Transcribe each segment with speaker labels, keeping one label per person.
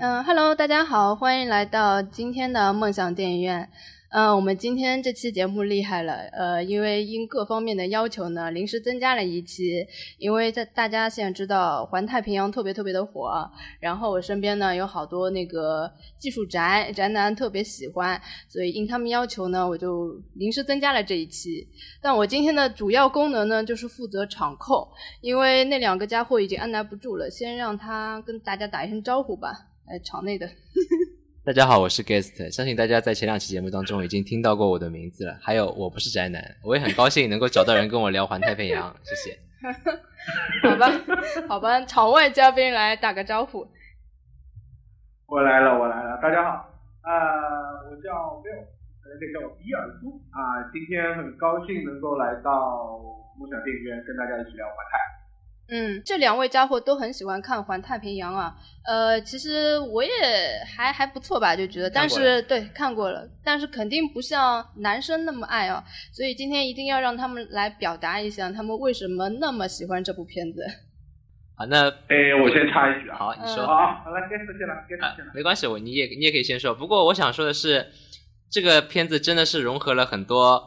Speaker 1: 嗯，Hello，大家好，欢迎来到今天的梦想电影院。嗯，我们今天这期节目厉害了，呃，因为因各方面的要求呢，临时增加了一期。因为在大家现在知道环太平洋特别特别的火，然后我身边呢有好多那个技术宅宅男特别喜欢，所以应他们要求呢，我就临时增加了这一期。但我今天的主要功能呢，就是负责场控，因为那两个家伙已经按捺不住了，先让他跟大家打一声招呼吧。哎，场内的。
Speaker 2: 大家好，我是 Guest，相信大家在前两期节目当中已经听到过我的名字了。还有，我不是宅男，我也很高兴能够找到人跟我聊环太平洋， 谢谢。
Speaker 1: 好吧， 好吧，场外嘉宾来打个招呼。
Speaker 3: 我来了，我来了，大家好，呃，我叫 Will，大家可以叫我比尔猪啊、今天很高兴能够来到梦想电影院跟大家一起聊环太。
Speaker 1: 嗯，这两位家伙都很喜欢看《环太平洋》啊。呃，其实我也还还不错吧，就觉得，但是对看过了，但是肯定不像男生那么爱啊。所以今天一定要让他们来表达一下，他们为什么那么喜欢这部片子。
Speaker 2: 好，那
Speaker 3: 哎，我先插一句啊，
Speaker 2: 好，你说。
Speaker 1: 嗯
Speaker 3: 好，好来 Guest 先来，Guest
Speaker 2: 啊
Speaker 3: 先来，。
Speaker 2: 没关系，我你也你也可以先说。不过我想说的是，这个片子真的是融合了很多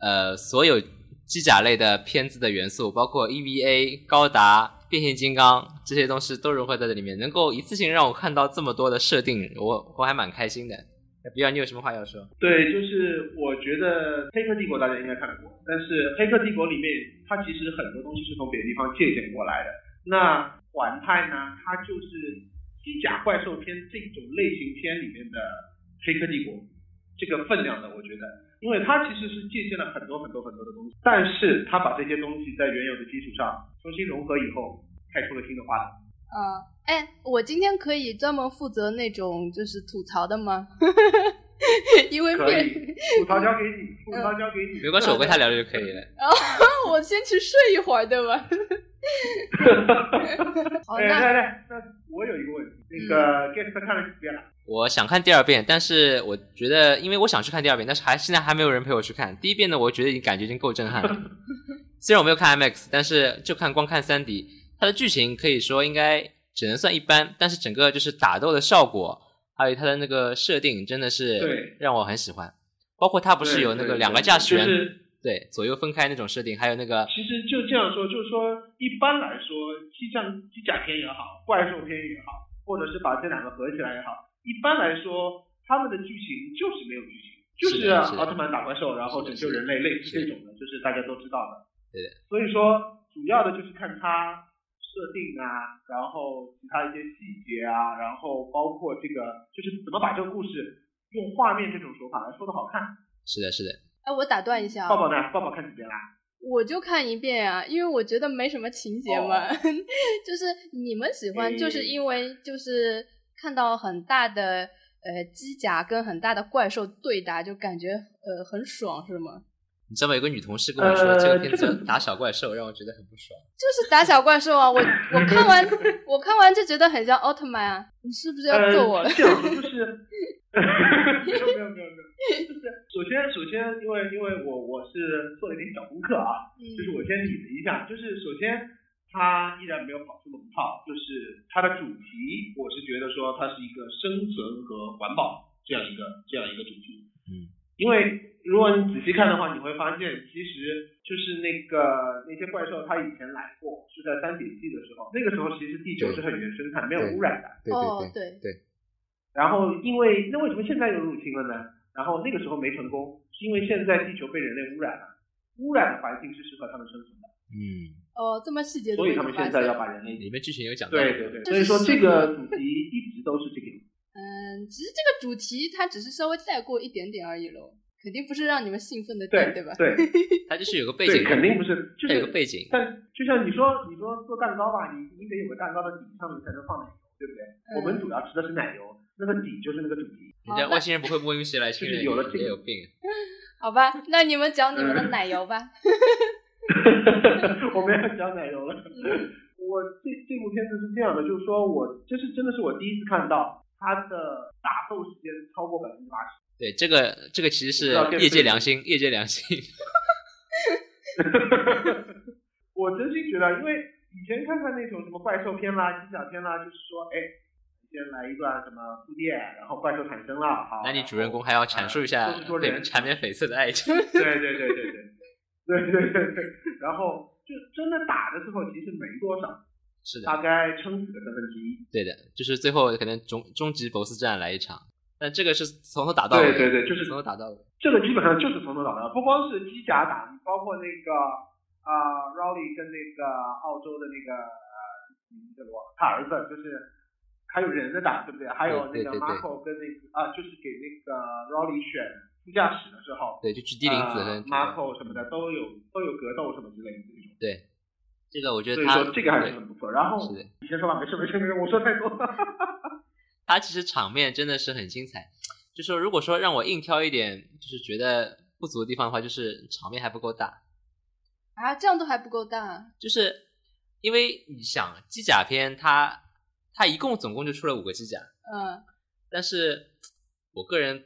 Speaker 2: 呃所有机甲类的片子的元素，包括 EVA、高达、变形金刚这些东西都融合在这里面，能够一次性让我看到这么多的设定，我我还蛮开心的。那比尔，你有什么话要说？
Speaker 3: 对，就是我觉得《黑客帝国》大家应该看得过，但是《黑客帝国》里面它其实很多东西是从别的地方借鉴过来的。那环太呢，它就是机甲怪兽片这种类型片里面的《黑客帝国》这个分量的，我觉得，因为它其实是借鉴了很多很多很多的东西，但是它把这些东西在原有的基础上重新融合以后，开出了新的花朵。
Speaker 1: 啊，哎，我今天可以专门负责那种就是吐槽的吗？ 因为
Speaker 3: 可
Speaker 1: 面
Speaker 3: 以，吐槽交给你，吐槽交给你。
Speaker 2: 没关系，我跟他聊聊就可以了。
Speaker 1: 我先去睡一会儿，对 吧？ 好，
Speaker 3: 哎，
Speaker 1: 哦那
Speaker 3: 来来，那我有一个问题，那个 Guest 看了几遍了？
Speaker 2: 我想看第二遍，但是我觉得，因为我想去看第二遍，但是还现在还没有人陪我去看。第一遍呢，我觉得已经感觉已经够震 撼了。虽然我没有看 IMAX，但是就看光看 3D，它的剧情可以说应该只能算一般，但是整个就是打斗的效果，还有它的那个设定，真的是
Speaker 3: 对
Speaker 2: 让我很喜欢。包括它不是有那
Speaker 3: 对
Speaker 2: 个
Speaker 3: 对
Speaker 2: 两个驾驶员
Speaker 3: 对就是
Speaker 2: 对左右分开那种设定，还有那个
Speaker 3: 其实就这样说，就是说，一般来说，机战机甲片也好，怪兽片也好，或者是把这两个合起来也好，一般来说，他们的剧情就是没有剧情，就是是
Speaker 2: 的是的
Speaker 3: 奥特曼打怪兽，然后拯救人类，类似
Speaker 2: 是的
Speaker 3: 这种的，就是大家都知道的。
Speaker 2: 对的。
Speaker 3: 所以说，主要的就是看它设定啊，然后其他一些细节啊，然后包括这个，就是怎么把这个故事用画面这种手法来说的好看。
Speaker 2: 是的，是的，
Speaker 1: 哎，我打断一下啊
Speaker 3: 抱，抱呢？抱抱看几遍啦？啊
Speaker 1: 我就看一遍啊，因为我觉得没什么情节嘛，
Speaker 3: 哦 嗯
Speaker 1: 就是你们喜欢，就是因为就是看到很大的呃机甲跟很大的怪兽对打，就感觉呃很爽，是吗？
Speaker 2: 你知道吗？有个女同事跟我说，
Speaker 3: 呃
Speaker 2: 这个片子
Speaker 3: 这
Speaker 2: 要
Speaker 3: 个
Speaker 2: 打小怪兽，让我觉得很不爽。
Speaker 1: 就是打小怪兽 啊！我我看完我看完就觉得很像奥特曼啊！你是不是要揍我了
Speaker 3: 呃、？这样 就是没有没有没有没有，就是首先首先，因为因为我我是做了一点小功课啊，
Speaker 1: 嗯
Speaker 3: 就是我先理了一下，就是首先它依然没有跑出龙套，就是它的主题，我是觉得说它是一个生存和环保这样一个这样一个主题，
Speaker 2: 嗯，
Speaker 3: 因为如果你仔细看的话，你会发现其实就是那个那些怪兽，它以前来过，是在三体纪的时候，那个时候其实地球是很原生态，没有污染的。
Speaker 2: 对
Speaker 1: 哦，对，
Speaker 3: 然后因为那为什么现在又入侵了呢？然后那个时候没成功，是因为现在地球被人类污染了，污染的环境是适合他们生存的，
Speaker 2: 嗯，
Speaker 1: 哦，这么细节都
Speaker 3: 所
Speaker 1: 没
Speaker 3: 以
Speaker 1: 有
Speaker 3: 他们现
Speaker 1: 发
Speaker 3: 在
Speaker 1: 现
Speaker 3: 要把人类。
Speaker 2: 里面剧情有讲到，
Speaker 3: 对对对，
Speaker 1: 这是
Speaker 3: 所以说
Speaker 1: 适合
Speaker 3: 这个主题一直都是这个样子。
Speaker 1: 嗯，其实这个主题它只是稍微带过一点点而已喽，肯定不是让你们兴奋的点，
Speaker 3: 对
Speaker 1: 对吧？
Speaker 3: 对
Speaker 2: 它就是有个背景
Speaker 3: 对，，肯定不是，就
Speaker 2: 它有个
Speaker 3: 是
Speaker 2: 背景，
Speaker 3: 但就像你说，你说做蛋糕吧，你你得有个蛋糕的底，上面才能放奶油，对不对？
Speaker 2: 嗯
Speaker 3: 我们主要吃的是奶油，那个底就是那个主 题。
Speaker 2: 人家外星人不会摸鱼来亲人，
Speaker 3: 就是有了这个
Speaker 2: 也有病。
Speaker 1: 好吧，那你们讲你们的奶油吧。
Speaker 3: 我们要讲奶油了。我这这部片子是这样的，就是说我这是真的是我第一次看到它的打斗时间超过百分之八十，
Speaker 2: 对，这个这个其实是
Speaker 3: 不知道变
Speaker 2: 业界
Speaker 3: 废
Speaker 2: 良心，业界良心。
Speaker 3: 我真心觉得，因为以前看看那种什么怪兽片啦、机甲片啦，就是说，哎，先来一段什么铺垫，然后怪兽产生了，好，
Speaker 2: 男女
Speaker 3: 然后
Speaker 2: 主人公还要阐述一
Speaker 3: 啊
Speaker 2: 下
Speaker 3: 都是说
Speaker 2: 对
Speaker 3: 人
Speaker 2: 缠绵悱恻的爱情。
Speaker 3: 对对对对对，对对对对。然后就真的打的时候，其实没多少，
Speaker 2: 是的，
Speaker 3: 大概撑死个三分之一。
Speaker 2: 对的，就是最后可能终终极 BOSS 战来一场，但这个是从头打到尾
Speaker 3: 对
Speaker 2: 的，
Speaker 3: 对对，就是
Speaker 2: 从头打到尾。
Speaker 3: 这个基本上就是从头打到尾，不光是机甲打，包括那个啊、r o w l e y 跟那个澳洲的那个呃名字我他儿子就是。还有人的打，对不对？还有那
Speaker 2: 对
Speaker 3: 个
Speaker 2: 对对
Speaker 3: Marco 跟那个啊，就是给那个 Rolly 选副驾驶的时候，
Speaker 2: 对，就去低林子
Speaker 3: 呃
Speaker 2: 和
Speaker 3: Marco 什么的都有都有格斗什么之类的这种，
Speaker 2: 对，这个我觉得
Speaker 3: 所以
Speaker 2: 他
Speaker 3: 说这个还是
Speaker 2: 对
Speaker 3: 很不错。然后
Speaker 2: 是的，
Speaker 3: 你先说吧，没事没事没事，我说太多了。
Speaker 2: 他其实场面真的是很精彩。就说如果说让我硬挑一点，就是觉得不足的地方的话，就是场面还不够大。
Speaker 1: 啊，这样都还不够大，
Speaker 2: 就是因为你想机甲片它它一共总共就出了五个机甲，
Speaker 1: 嗯
Speaker 2: 但是我个人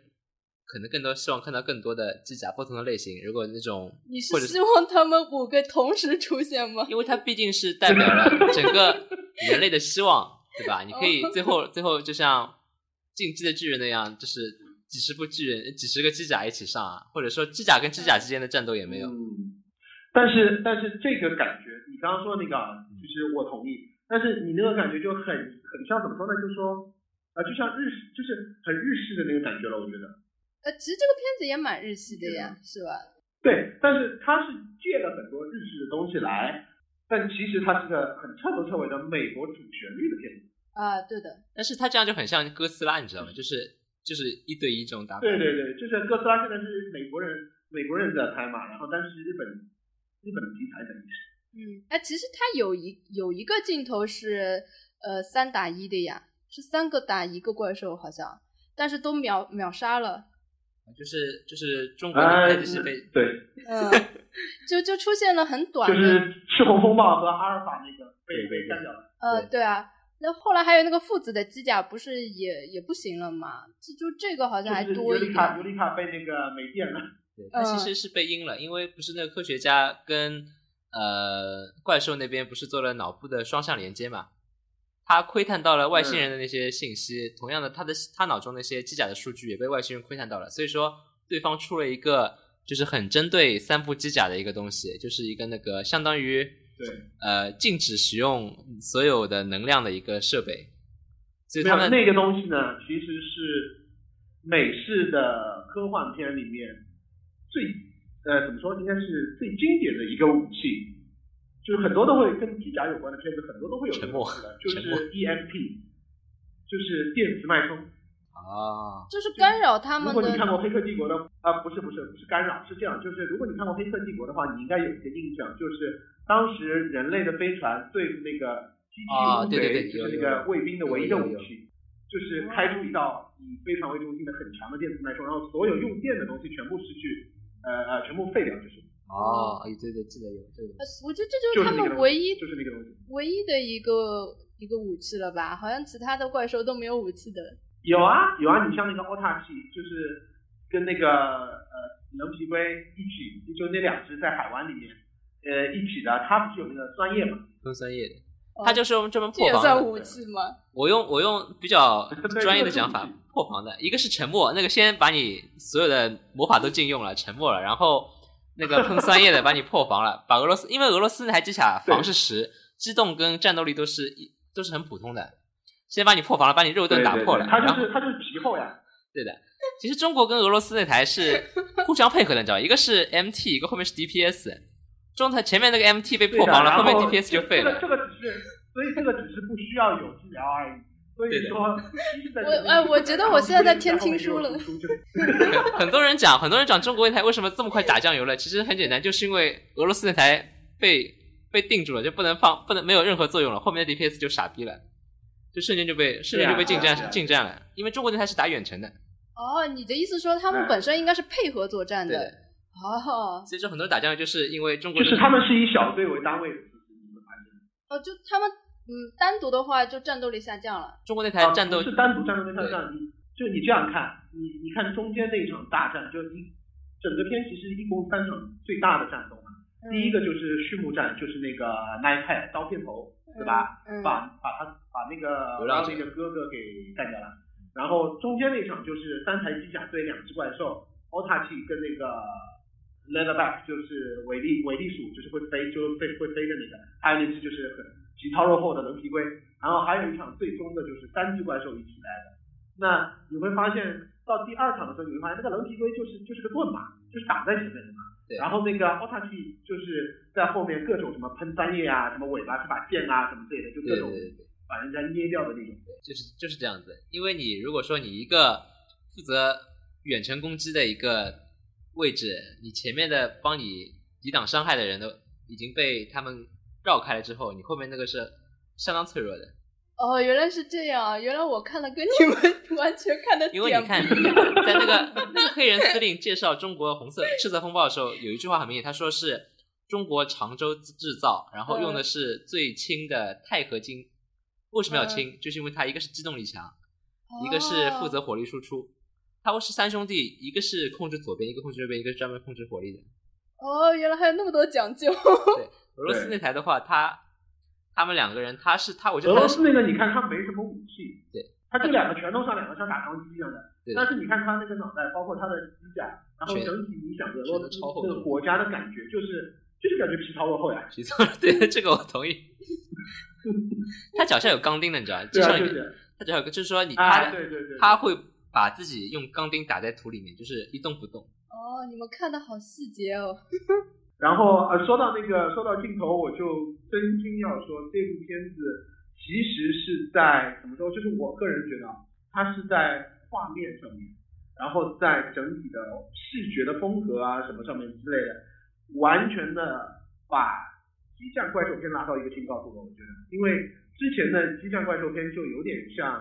Speaker 2: 可能更多希望看到更多的机甲不同的类型。如果那种，
Speaker 1: 你是
Speaker 2: 或者
Speaker 1: 希望他们五个同时出现吗？
Speaker 2: 因为它毕竟是代 表了整个人类的希望，对吧？你可
Speaker 1: 哦
Speaker 2: 以最后最后就像进击的巨人那样，就是几十部巨人、几十个机甲一起上啊，或者说机甲跟机甲之间的战斗也没有。
Speaker 3: 嗯，但是但是这个感觉，你刚刚说那个啊，其实我同意，但是你那个感觉就很很像怎么说呢？就是说啊、就像日式，就是很日式的那个感觉了，我觉得。
Speaker 1: 呃，其实这个片子也蛮日系的呀，是吧？
Speaker 3: 对，但是它是借了很多日式的东西来，但其实它是个很彻头彻尾的美国主旋律的片子。
Speaker 1: 啊，对的，
Speaker 2: 但是它这样就很像哥斯拉，你知道吗？就是就是一对一这种打法。
Speaker 3: 对对对，就是哥斯拉现在是美国人美国人在拍嘛，然后但是日本日本题材等于是。
Speaker 1: 嗯，哎，其实它有一有一个镜头是呃三打一的呀，是三个打一个怪兽好像，但是都秒秒杀了，
Speaker 2: 就是就是中国
Speaker 3: 啊
Speaker 2: 人就是被、
Speaker 3: 对，
Speaker 1: 嗯，就就出现了很短
Speaker 3: 就
Speaker 1: 的，
Speaker 3: 是赤红风暴和阿尔法那个被被干掉了。
Speaker 1: 呃，对啊。那后来还有那个父子的机甲不是也也不行了嘛？这就这个好像还
Speaker 3: 就是
Speaker 1: 多
Speaker 3: 尤
Speaker 1: 一
Speaker 3: 里
Speaker 1: 点，
Speaker 3: 卡尤里卡被那个没电了。
Speaker 2: 对，他其实是被阴了，因为不是那个科学家跟呃怪兽那边不是做了脑部的双向连接嘛？他窥探到了外星人
Speaker 3: 嗯
Speaker 2: 的那些信息，同样的，他的他脑中那些机甲的数据也被外星人窥探到了，所以说对方出了一个就是很针对三部机甲的一个东西，就是一个那个相当于
Speaker 3: 对，
Speaker 2: 呃禁止使用所有的能量的一个设备，所以
Speaker 3: 没
Speaker 2: 他
Speaker 3: 有
Speaker 2: 们
Speaker 3: 那个东西呢，其实是美式的科幻片里面最呃怎么说，应该是最经典的一个武器，就是很多都会跟机甲有关的片子，很多都会有这个
Speaker 2: 沉默
Speaker 3: 东西的，就
Speaker 2: 沉默
Speaker 3: 是 EMP，就是电磁脉冲。
Speaker 2: 啊，
Speaker 1: 就是干扰他
Speaker 3: 如
Speaker 1: 们
Speaker 3: 果你
Speaker 1: 的
Speaker 3: 看过《黑客帝国》的啊，不是不是不是干扰，是这样，就是如果你看过《黑客帝国》的话，你应该有一个印象，就是当时人类的飞船对付那个机器
Speaker 2: 啊
Speaker 3: 乌
Speaker 2: 对对对
Speaker 3: 贼，就
Speaker 2: 有有
Speaker 3: 是那个卫兵的唯一的
Speaker 2: 有有
Speaker 3: 武
Speaker 2: 有
Speaker 3: 器，
Speaker 1: 哦
Speaker 3: 就是开出一道以飞船为中心的很强的电磁脉冲，然后所有用电的东西全部失去，呃呃，全部废掉，就是
Speaker 2: 哦，哎对对，记得有这个。
Speaker 1: 呃我觉得这就
Speaker 3: 就是
Speaker 1: 他
Speaker 3: 那
Speaker 1: 们
Speaker 3: 个东西
Speaker 1: 唯一
Speaker 3: 就是那个东西。
Speaker 1: 唯一的一个一个武器了吧？好像其他的怪兽都没有武器的。
Speaker 3: 有啊有啊，你像那个欧塔奇，就是跟那个呃棱皮龟一起，就那两只在海湾里面呃一起的，它不是有那个酸液嘛？
Speaker 2: 喷酸液的，
Speaker 1: 哦
Speaker 2: 他就是用专门
Speaker 1: 这
Speaker 2: 破
Speaker 1: 也
Speaker 2: 防
Speaker 1: 算
Speaker 2: 的。
Speaker 1: 武器吗？
Speaker 2: 我用我用比较
Speaker 3: 对
Speaker 2: 专业的
Speaker 3: 这个是
Speaker 2: 讲法
Speaker 3: 武器，
Speaker 2: 破防的，一个是沉默，那个先把你所有的魔法都禁用了，沉默了，然后那个喷酸液的把你破防了，把俄罗斯，因为俄罗斯那台机甲防是十，机动跟战斗力都是一都是很普通的，先把你破防了，把你肉盾打破了，
Speaker 3: 他
Speaker 2: 然
Speaker 3: 就
Speaker 2: 后
Speaker 3: 是他就是皮厚呀，
Speaker 2: 对的。其实中国跟俄罗斯那台是互相配合的，你知道吧，一个是 MT，一个后面是 DPS，中台前面那个 MT 被破防了，
Speaker 3: 然
Speaker 2: 后面
Speaker 3: 后
Speaker 2: DPS 就废了
Speaker 3: 这。个这个只是，所以这个只是不需要有治疗而已。所以说，
Speaker 1: 我哎我觉得我现在在天青书了
Speaker 3: 然后就就是
Speaker 2: 很多人讲，很多人讲中国那台为什么这么快打酱油了？其实很简单，就是因为俄罗斯那台被被定住了，就不能放，不能没有任何作用了。后面的 DPS 就傻逼了，就瞬间就被瞬间就被进
Speaker 3: 对啊对啊
Speaker 2: 站进站了。因为中国那台是打远程的，
Speaker 1: 哦，你的意思说他们
Speaker 3: 嗯
Speaker 1: 本身应该是配合作战
Speaker 2: 对
Speaker 1: 的？
Speaker 2: 的。
Speaker 1: 哦，
Speaker 2: 所以说很多打酱油就是因为中国
Speaker 3: 就是他们是以小队为单位的，
Speaker 1: 哦，就他们嗯，单独的话就战斗力下降了。
Speaker 2: 中国那台
Speaker 3: 啊
Speaker 2: 战斗
Speaker 3: 不是单独战斗对抗战，你就你这样看，你你看中间那一场大战，就一整个片其实一共三场最大的战斗嘛。
Speaker 1: 嗯
Speaker 3: 第一个就是序幕战，就是那个 Nine Tail 刀片头，对吧？
Speaker 1: 嗯？嗯，
Speaker 3: 把把他把那个
Speaker 2: 流浪者
Speaker 3: 那个哥哥给干掉了。然后中间那场就是三台机甲对两只怪兽 o t a c h i 跟那个 Leatherback，就是伟力伟力鼠，就是会飞就飞会飞的那个，还有那只就是很皮糙肉厚的棱皮龟。然后还有一场最终的就是三只怪兽一起来的。那你会发现到第二场的时候，你会发现那个棱皮龟就是就是个盾嘛，就是挡在前面的嘛。
Speaker 2: 对
Speaker 3: 然后那个 o t a c h i 就是在后面各种什么喷三叶啊，什么尾巴是把剑啊什么之类的，就
Speaker 2: 对
Speaker 3: 各
Speaker 2: 对
Speaker 3: 种
Speaker 2: 对。
Speaker 3: 把人家捏掉的那种。
Speaker 2: 就是就是这样子。因为你如果说你一个负责远程攻击的一个位置，你前面的帮你抵挡伤害的人都已经被他们绕开了之后，你后面那个是相当脆弱的。
Speaker 1: 哦，原来是这样，原来我看的跟你们完全看的
Speaker 2: 因为你看，在那个那个黑人司令介绍中国红色赤色风暴的时候，有一句话很明显，他说是中国常州制造，然后用的是最轻的钛合金。为什么要轻？就是因为它一个是机动力强，一个是
Speaker 1: 哦
Speaker 2: 负责火力输出。他们是三兄弟，一个是控制左边，一个控制右边，一个是专门控制火力的。
Speaker 1: 哦，哦原来还有那么多讲究。
Speaker 2: 俄罗斯那台的话，他他们两个人，他是他，我觉得
Speaker 3: 俄
Speaker 2: 他
Speaker 3: 罗
Speaker 2: 是
Speaker 3: 斯那个你看他没什么武器，
Speaker 2: 对，
Speaker 3: 他就两个拳头上两个像打钢机一样的
Speaker 2: 对，
Speaker 3: 但是你看他那个脑袋，包括他的机甲，然后
Speaker 2: 全
Speaker 3: 整体你想俄罗斯
Speaker 2: 全都超厚
Speaker 3: 这
Speaker 2: 的
Speaker 3: 个国家的感觉就是就是感觉皮糙肉厚呀，
Speaker 2: 徐总，对这个我同意。他脚下有钢钉的，你知道吗？
Speaker 3: 对
Speaker 2: 至少
Speaker 3: 啊，
Speaker 2: 你
Speaker 3: 就是，
Speaker 2: 他只要有个，就是说你他
Speaker 3: 哎，
Speaker 2: 的
Speaker 3: 对对对，
Speaker 2: 他会把自己用钢钉打在土里面，就是一动不动。
Speaker 1: 哦，你们看的好细节哦。
Speaker 3: 然后呃，说到那个，说到镜头，我就真心要说，这部片子其实是在怎么说，就是我个人觉得啊，它是在画面上面，然后在整体的视觉的风格啊什么上面之类的，完全的把激战怪兽片拉到一个新高度了，我觉得，因为之前的激战怪兽片就有点像，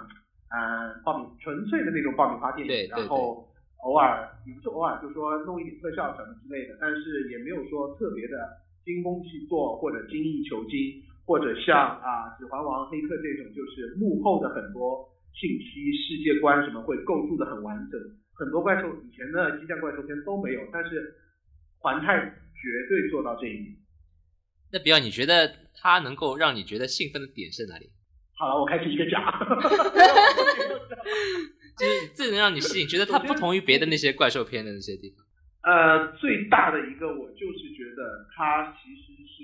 Speaker 3: 呃，爆米纯粹的那种爆米花电
Speaker 2: 对对
Speaker 3: 影，然后偶尔也不是偶尔，就说弄一点特效什么之类的，但是也没有说特别的精工细作或者精益求精，或者像啊《指环王》《黑客》这种，就是幕后的很多信息、世界观什么会构筑的很完整。很多怪兽以前的激战怪兽片都没有，但是环太绝对做到这一点。
Speaker 2: 那比尔，你觉得他能够让你觉得兴奋的点是哪里？
Speaker 3: 好了，我开始一个讲。
Speaker 2: 就是最能让你吸引，觉得他不同于别的那些怪兽片的那些地方。
Speaker 3: 呃，最大的一个我就是觉得它其实是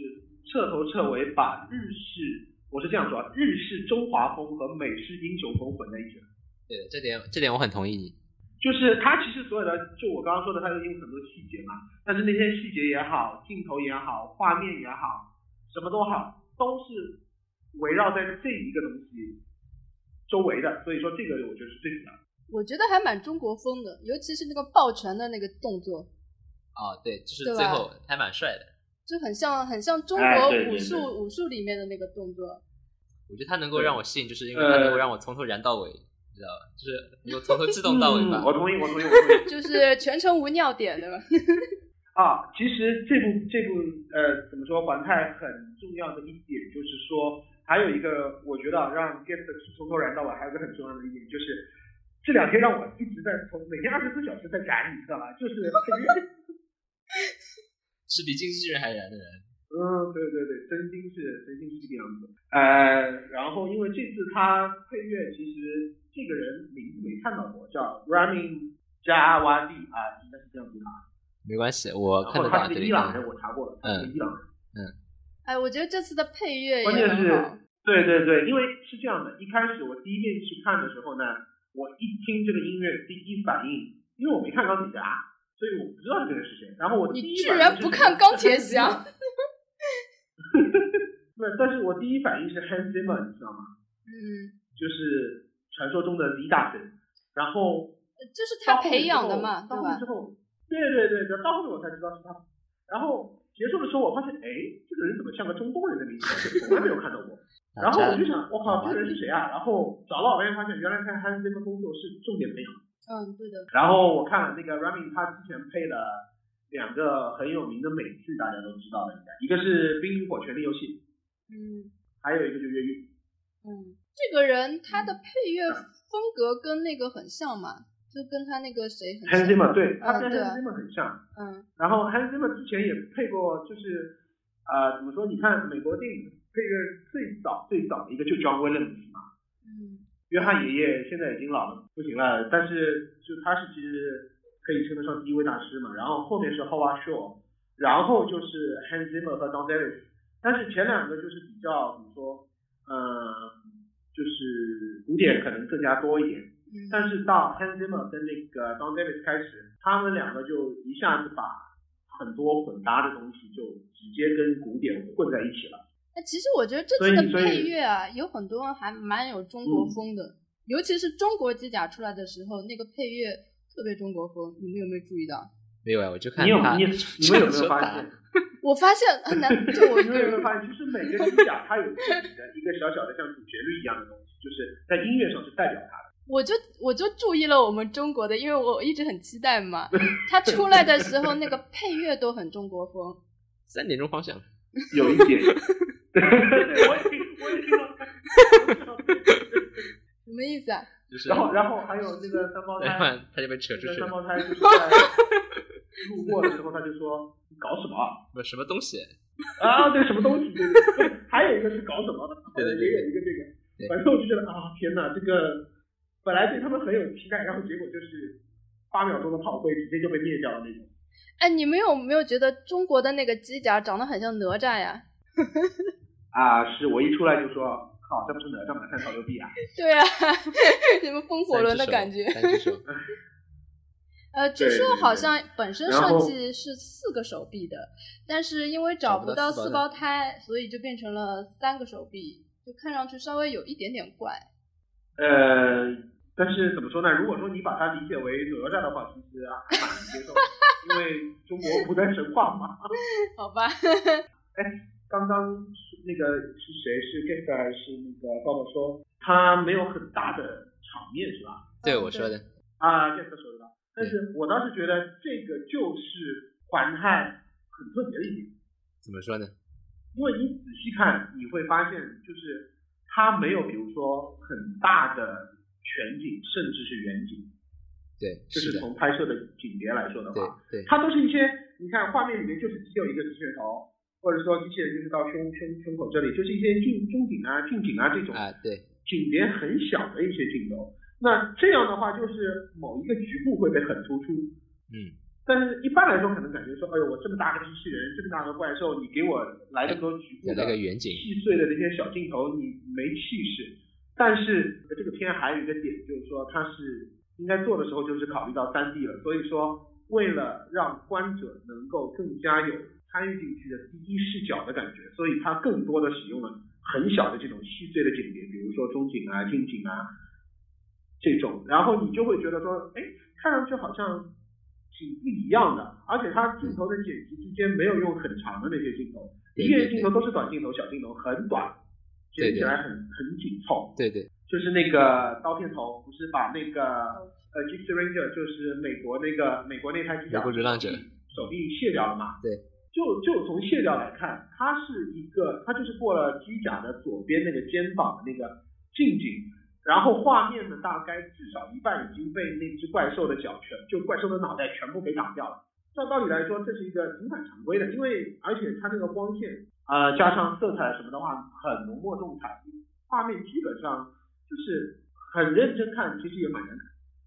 Speaker 3: 彻头彻尾把日式，我是这样说啊，日式中华风和美式英雄风混在一起了。
Speaker 2: 对的，这点这点我很同意你。
Speaker 3: 就是它其实所有的，就我刚刚说的，它有很多细节嘛，但是那些细节也好，镜头也好，画面也好，什么都好，都是围绕在这一个东西周围的，所以说这个我觉得是最主要的。
Speaker 1: 我觉得还蛮中国风的，尤其是那个抱拳的那个动作，
Speaker 2: 哦，对，就是
Speaker 1: 对吧
Speaker 2: 最后还蛮帅的。
Speaker 1: 就很像很像中
Speaker 3: 哎
Speaker 1: 国
Speaker 3: 对对
Speaker 1: 武术、
Speaker 3: 对
Speaker 1: 武术里面的那个动作。
Speaker 2: 我觉得他能够让我吸引，就是因为他
Speaker 3: 呃
Speaker 2: 能够让我从头燃到尾，你知道吧？就是能够从头自动到尾吧
Speaker 3: 嗯。我同意，我同意，我同意。
Speaker 1: 就是全程无尿点，对吧？
Speaker 3: 啊，其实这部这部呃怎么说，环太很重要的一点就是说，还有一个我觉得啊让 Get 从头燃到尾，还有一个很重要的一点就是，这两天让我一直在从每天二十四小时在燃，你知道吧？就是
Speaker 2: 是比经纪人还燃的人。
Speaker 3: 嗯，对对对，真心是真心是这个样子。呃，然后因为这次他配乐，其实这个人名字没看到过，叫 Ramin Djawadi 啊，应该是这样读的啊。
Speaker 2: 没关系，我
Speaker 3: 然
Speaker 2: 看
Speaker 3: 后
Speaker 2: 得到
Speaker 3: 他
Speaker 2: 这
Speaker 3: 是个
Speaker 2: 里
Speaker 3: 伊。朗人，我查过了，他
Speaker 2: 嗯
Speaker 3: 是个伊朗人。
Speaker 1: 哎，我觉得这次的配乐也
Speaker 3: 关键
Speaker 1: 很
Speaker 3: 是
Speaker 1: 好。
Speaker 3: 对对对，因为是这样的，一开始我第一遍去看的时候呢，我一听这个音乐，第一反应，因为我没看钢铁侠，所以我不知道这个人是谁。然后我第
Speaker 1: 你
Speaker 3: 一
Speaker 1: 居
Speaker 3: 反应
Speaker 1: 然
Speaker 3: 是
Speaker 1: 不看钢铁 侠？
Speaker 3: 不是，但是我第一反应是 Hans Zimmer，你知道吗？
Speaker 1: 嗯，
Speaker 3: 就是传说中的 Z 大神。然后
Speaker 1: 呃就是
Speaker 3: 到
Speaker 1: 他
Speaker 3: 后面
Speaker 1: 培
Speaker 3: 之
Speaker 1: 养
Speaker 3: 后
Speaker 1: 的嘛，对
Speaker 3: 到后面
Speaker 1: 吧
Speaker 3: 之？后，对对对对，到后面我才知道是他。然后结束的时候，我发现，哎，这个人怎么像个中东人的名字？从来没有看到过。然后我就想，我靠，这个人是谁啊？然后找了老半天，发现原来他还是这份工作是重点培养。
Speaker 1: 嗯，对的。
Speaker 3: 然后我看了那个 Rami，他之前配了两个很有名的美剧，大家都知道的，应该一个是《冰与火：权力游戏》，
Speaker 1: 嗯
Speaker 3: 还有一个就《越狱
Speaker 1: 嗯，这个人他的配乐风格跟那个很像嘛，就跟他那个谁很像。
Speaker 3: Hans Zimmer 对，他
Speaker 1: 嗯
Speaker 3: 跟
Speaker 1: 对
Speaker 3: Hans Zimmer 很像。
Speaker 1: 嗯
Speaker 3: 然后 Hans Zimmer 之前也配过，就是呃怎么说？你看美国电影配乐最早最早的一个就 John Williams 嘛，
Speaker 1: 嗯
Speaker 3: 约翰爷爷现在已经老了不行了，但是就他是其实可以称得上第一位大师嘛。然后后面是 Howard Shaw，然后就是 Hans Zimmer 和 Don Davis，但是前两个就是比较怎么说，呃，就是古典可能更加多一点。
Speaker 1: 嗯，
Speaker 3: 但是到 Hans Zimmer 跟那个 Don Davis 开始，他们两个就一下子把很多混搭的东西就直接跟古典混在一起了。
Speaker 1: 哎，其实我觉得这
Speaker 3: 所
Speaker 1: 次的
Speaker 3: 以所以嗯
Speaker 1: 配乐啊，有很多还蛮有中国风的，尤其是中国机甲出来的时候，那个配乐特别中国风，你们有没有注意到？
Speaker 2: 没有哎，我就看
Speaker 3: 你有
Speaker 2: 他
Speaker 3: 你你们有没有发现？
Speaker 1: 我发现很难，就我
Speaker 3: 你们有没有发现，其实每个音甲它有自己的一个小小的像主旋律一样的东西，就是在音乐上是代表它的。
Speaker 1: 我就我就注意了我们中国的，因为我一直很期待嘛。它出来的时候，那个配乐都很中国风。
Speaker 2: 三点钟方向，
Speaker 3: 有一点，对对，我也我也听到。
Speaker 1: 什么意思啊？
Speaker 2: 就是
Speaker 3: 然后然后还有那个三胞
Speaker 2: 然
Speaker 3: 胎，
Speaker 2: 后他就被扯出
Speaker 3: 那
Speaker 2: 去
Speaker 3: 三
Speaker 2: 了，
Speaker 3: 胞胎就是在路过的时候他就说你搞什么啊？
Speaker 2: 不什么东西？
Speaker 3: 啊，对，什么东西？对对 对，还有一个是搞什么 的，
Speaker 2: 对对对
Speaker 3: 也有一个这
Speaker 2: 对
Speaker 3: 个，反正我就觉得啊，天哪，这个本来对他们很有期待，然后结果就是八秒钟的炮灰，直接就被灭掉了那种。
Speaker 1: 哎，你们有没有觉得中国的那个机甲长得很像哪吒呀？
Speaker 3: 啊，是我一出来就说，靠，这不是哪吒吗？看潮流币 啊！
Speaker 1: 对啊， 什么风火轮的感觉。
Speaker 2: 三只手， 三只手
Speaker 1: 呃，据
Speaker 3: 对
Speaker 1: 说
Speaker 3: 对
Speaker 1: 好
Speaker 3: 对
Speaker 1: 像本身
Speaker 3: 然
Speaker 1: 设
Speaker 3: 后
Speaker 1: 计是四个手臂的，但是因为找
Speaker 2: 找不
Speaker 1: 不
Speaker 2: 到
Speaker 1: 到
Speaker 2: 四
Speaker 1: 四
Speaker 2: 胞
Speaker 1: 胞胎，所以就变成了三个手臂，就看上去稍微有一点点怪。
Speaker 3: 呃，但是怎么说呢？如果说你把它理解为哪吒的话，其实啊还蛮能接受的，因为中国古代神话嘛。
Speaker 1: 好吧，
Speaker 3: 刚刚是那个是谁？是 g a t 还是那个高宝说他没有很大的场面是吧？
Speaker 2: 对我说的，
Speaker 3: 啊，这个说的吧。但是我倒是觉得这个就是环太很特别的一点，
Speaker 2: 怎么说呢？
Speaker 3: 因为你仔细看，你会发现就是它没有比如说很大的全景，甚至是远景，
Speaker 2: 对，
Speaker 3: 就是是
Speaker 2: 的，
Speaker 3: 从拍摄的景别来说的
Speaker 2: 对
Speaker 3: 话，
Speaker 2: 对
Speaker 3: 它都是一些你看画面里面就是只有一个机器人头，或者说机器人就是到胸胸胸口这里，就是一些近中景啊、近景啊这种
Speaker 2: 啊，对
Speaker 3: 景别很小的一些镜头。那这样的话，就是某一个局部会被很突出，
Speaker 2: 嗯，
Speaker 3: 但是一般来说，可能感觉说，哎呦，我这么大个机器人，这么大个怪兽，你给我来这么多局
Speaker 2: 有
Speaker 3: 部
Speaker 2: 那个
Speaker 3: 的
Speaker 2: 远景，
Speaker 3: 细碎的这些小镜头，你没气势。但是这个片还有一个点，就是说它是应该做的时候就是考虑到三 D 了，所以说为了让观者能够更加有参与进去的第一视角的感觉，所以它更多的使用了很小的这种细碎的景别，比如说中景啊、近景啊这种，然后你就会觉得说，哎，看上去好像挺不一样的，而且它镜头的剪辑之间没有用很长的那些镜头，
Speaker 2: 对
Speaker 3: 一
Speaker 2: 对
Speaker 3: 些镜头都是短镜头、小镜头，很短，
Speaker 2: 对
Speaker 3: 剪起
Speaker 2: 对
Speaker 3: 来很很紧凑。
Speaker 2: 对对
Speaker 3: 就是那个刀片头，不是把那个呃 Gypsy Ranger，就是美国那个美国那台机甲
Speaker 2: 美国流浪者
Speaker 3: 手臂卸掉了嘛？
Speaker 2: 对。
Speaker 3: 就就从卸掉来看，它是一个，它就是过了机甲的左边那个肩膀的那个近景，然后画面呢大概至少一半已经被那只怪兽的脚全，就怪兽的脑袋全部给挡掉了。照道理来说，这是一个挺反常规的，因为而且它那个光线，呃，加上色彩什么的话，很浓墨重彩，画面基本上就是很认真看，其实也蛮难看，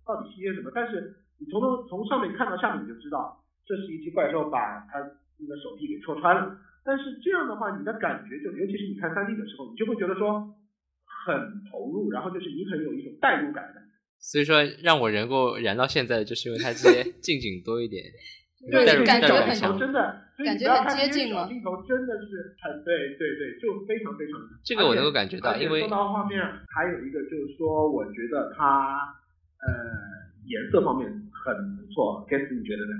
Speaker 3: 到底是些什么。但是你从头从上面看到下面，你就知道这是一只怪兽把它那个手臂给戳穿了。但是这样的话，你的感觉就，尤其是你看三 D 的时候，你就会觉得说很投入，然后就是你很有一种代入感的感觉。
Speaker 2: 所以说让我能够燃到现在，就是因为它这 些近景多一点，因
Speaker 1: 对
Speaker 2: 为代
Speaker 1: 就
Speaker 2: 入
Speaker 1: 感
Speaker 2: 代入
Speaker 1: 觉
Speaker 2: 感
Speaker 1: 很
Speaker 2: 强
Speaker 3: 强，。真的，所以
Speaker 1: 感
Speaker 3: 你
Speaker 1: 觉
Speaker 3: 不要
Speaker 1: 很
Speaker 3: 看
Speaker 1: 接
Speaker 3: 这些
Speaker 1: 近
Speaker 3: 小
Speaker 1: 了
Speaker 3: 镜头真的是很对对对，就非常非常
Speaker 2: 这个我能够感觉
Speaker 3: 而
Speaker 2: 到，
Speaker 3: 且
Speaker 2: 因为
Speaker 3: 说到画面，还有一个就是说，我觉得它呃颜色方面很不错，Guess 你觉得呢？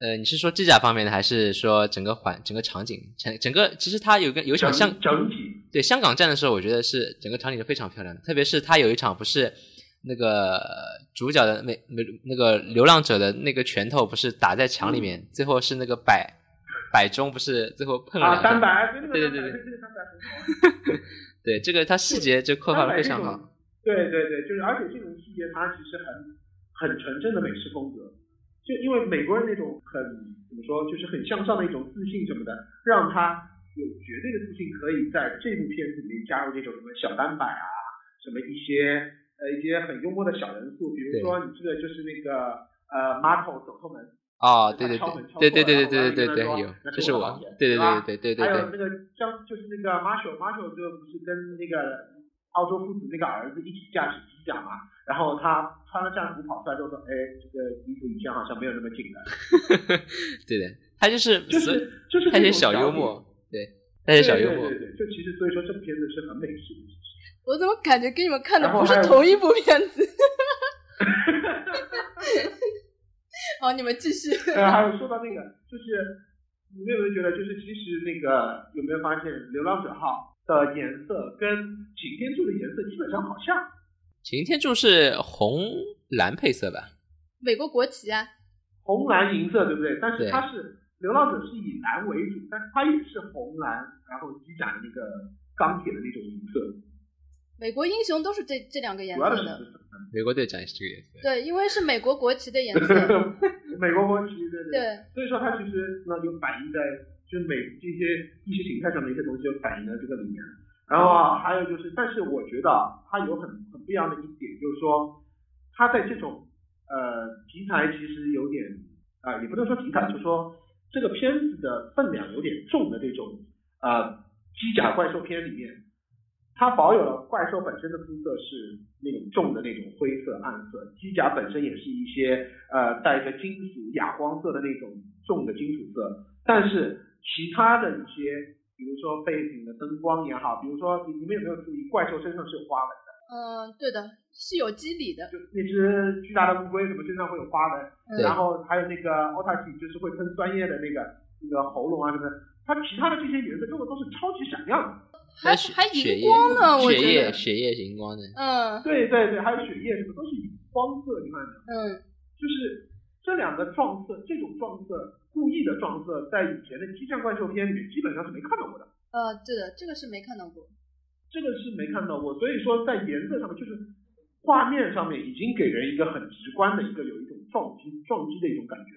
Speaker 2: 呃，你是说指甲方面的，还是说整个环、整个场景、整整个？其实它有一个有一场像
Speaker 3: 整整体
Speaker 2: 对香港站的时候，我觉得是整个场景是非常漂亮的，特别是它有一场不是那个呃主角的美美那个流浪者的那个拳头不是打在墙
Speaker 3: 嗯
Speaker 2: 里面，最后是那个摆摆钟不是最后碰了
Speaker 3: 啊，
Speaker 2: 两下
Speaker 3: 三百，对那个
Speaker 2: 对对对
Speaker 3: 三百，这个三百很好，
Speaker 2: 对这个它细节就刻画
Speaker 3: 三
Speaker 2: 的
Speaker 3: 百
Speaker 2: 非
Speaker 3: 这
Speaker 2: 常
Speaker 3: 种
Speaker 2: 好，。
Speaker 3: 对对对对，就是而且这种细节它其实很很纯正的美式风格，就因为美国人那种很怎么说，就是很向上的一种自信什么的，让他有绝对的自信，可以在这部片子里面加入这种什么小单摆啊，什么一些呃一些很幽默的小元素，比如说你记得就是那个呃 Marco 走后门。
Speaker 2: 哦，对对
Speaker 3: 敲门敲
Speaker 2: 对，对对
Speaker 3: 过
Speaker 2: 对对
Speaker 3: 来
Speaker 2: 对
Speaker 3: 然后
Speaker 2: 对
Speaker 3: 跟
Speaker 2: 对，
Speaker 3: 他说
Speaker 2: 有
Speaker 3: 那，
Speaker 2: 这
Speaker 3: 是
Speaker 2: 是
Speaker 3: 我
Speaker 2: 我
Speaker 3: 老铁，
Speaker 2: 对对
Speaker 3: 是吧
Speaker 2: 对对对
Speaker 3: 还有
Speaker 2: 对
Speaker 3: 那个张，就是那个 Marshall Marshall 就不是跟那个澳洲父子那个儿子一起驾驶机甲嘛，然后他穿了战服跑出来之后说，哎，这个衣服以前好像没有那么紧了，
Speaker 2: 对，对的，他就是
Speaker 3: 就
Speaker 2: 所以
Speaker 3: 是就是
Speaker 2: 他
Speaker 3: 这
Speaker 2: 些
Speaker 3: 种
Speaker 2: 小幽
Speaker 3: 点
Speaker 2: 默，对，他些小幽默
Speaker 3: 对，对对对，就其实所以说这部片子是很美式的，
Speaker 1: 我怎么感觉跟你们看的
Speaker 3: 然
Speaker 1: 不
Speaker 3: 后
Speaker 1: 是
Speaker 3: 还有
Speaker 1: 同一部片 子？好，你们继续。
Speaker 3: 呃，还有说到那个，就是你们有没有觉得，就是其实那个有没有发现《流浪者号》的颜色跟《擎天柱》的颜色基本上好像？
Speaker 2: 擎天柱是红蓝配色吧？
Speaker 1: 美国国旗啊，
Speaker 3: 红蓝银色，对不对？但
Speaker 2: 对
Speaker 3: 是它是《流浪者》是以蓝为主，但是它也是红蓝，然后机甲的那个钢铁的那种银色，
Speaker 1: 美国英雄都是这这两个颜
Speaker 3: 主要
Speaker 1: 色
Speaker 3: 的是
Speaker 1: 的。
Speaker 2: 美国队长也是这个颜色，
Speaker 1: 对，因为是美国国旗的颜
Speaker 3: 这
Speaker 1: 色。
Speaker 3: 个 美国国旗，对对。
Speaker 1: 对，
Speaker 3: 所以说它其实那就反映在就是美这些意识形态上的一些东西，就反映在这个里面。然后啊还有就是，但是我觉得啊它有很很不一样的一点，就是说它在这种呃题材其实有点啊、也不能说题材，就是说这个片子的分量有点重的这种呃机甲怪兽片里面，它保有了怪兽本身的肤色是那种重的那种灰色暗色，机甲本身也是一些呃带着金属哑光色的那种重的金属色，但是其他的一些，比如说背景的灯光也好，比如说你你们有没有注意怪兽身上是有花纹的，
Speaker 1: 嗯，对的，是有机理的。
Speaker 3: 就那只巨大的乌龟什么身上会有花纹，
Speaker 2: 对
Speaker 3: 然后还有那个奥塔奇就是会喷酸液的那个那个喉咙啊什么的，它其他的这些颜色用的都是超级闪亮的。
Speaker 1: 还
Speaker 2: 那血
Speaker 1: 还荧
Speaker 2: 血液
Speaker 1: 光呢我
Speaker 2: 血
Speaker 1: 觉得
Speaker 2: 液血液是荧光的，
Speaker 1: 嗯
Speaker 3: 对对对，还有血液什么都是以光色，你看没有？
Speaker 1: 嗯，
Speaker 3: 就是这两个撞色，这种撞色故意的撞色，在以前的激战怪兽片里面基本上是没看到过的，
Speaker 1: 呃，对的，这个是没看到过。
Speaker 3: 这个是没看到过。所以说在颜色上面，就是画面上面已经给人一个很直观的一个有一种撞击撞击的一种感觉。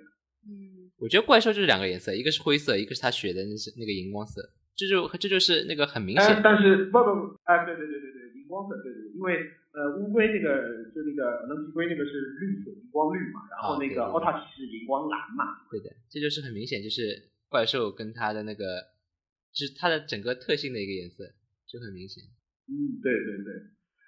Speaker 1: 嗯，
Speaker 2: 我觉得怪兽就是两个颜色，一个是灰色，一个是他血的那是那个荧光色，这就这就是那个很明
Speaker 3: 哎
Speaker 2: 显，，
Speaker 3: 但是不不不，哎，对对对对对，荧光色，对对，对因为呃乌龟那个就那个能皮龟那个是绿色，荧光绿嘛，然
Speaker 2: 啊
Speaker 3: 后那
Speaker 2: 对对
Speaker 3: 个奥塔奇是荧光蓝嘛，
Speaker 2: 对的，这就是很明显就是怪兽跟它的那个，就是它的整个特性的一个颜色就很明显，
Speaker 3: 嗯，对对对。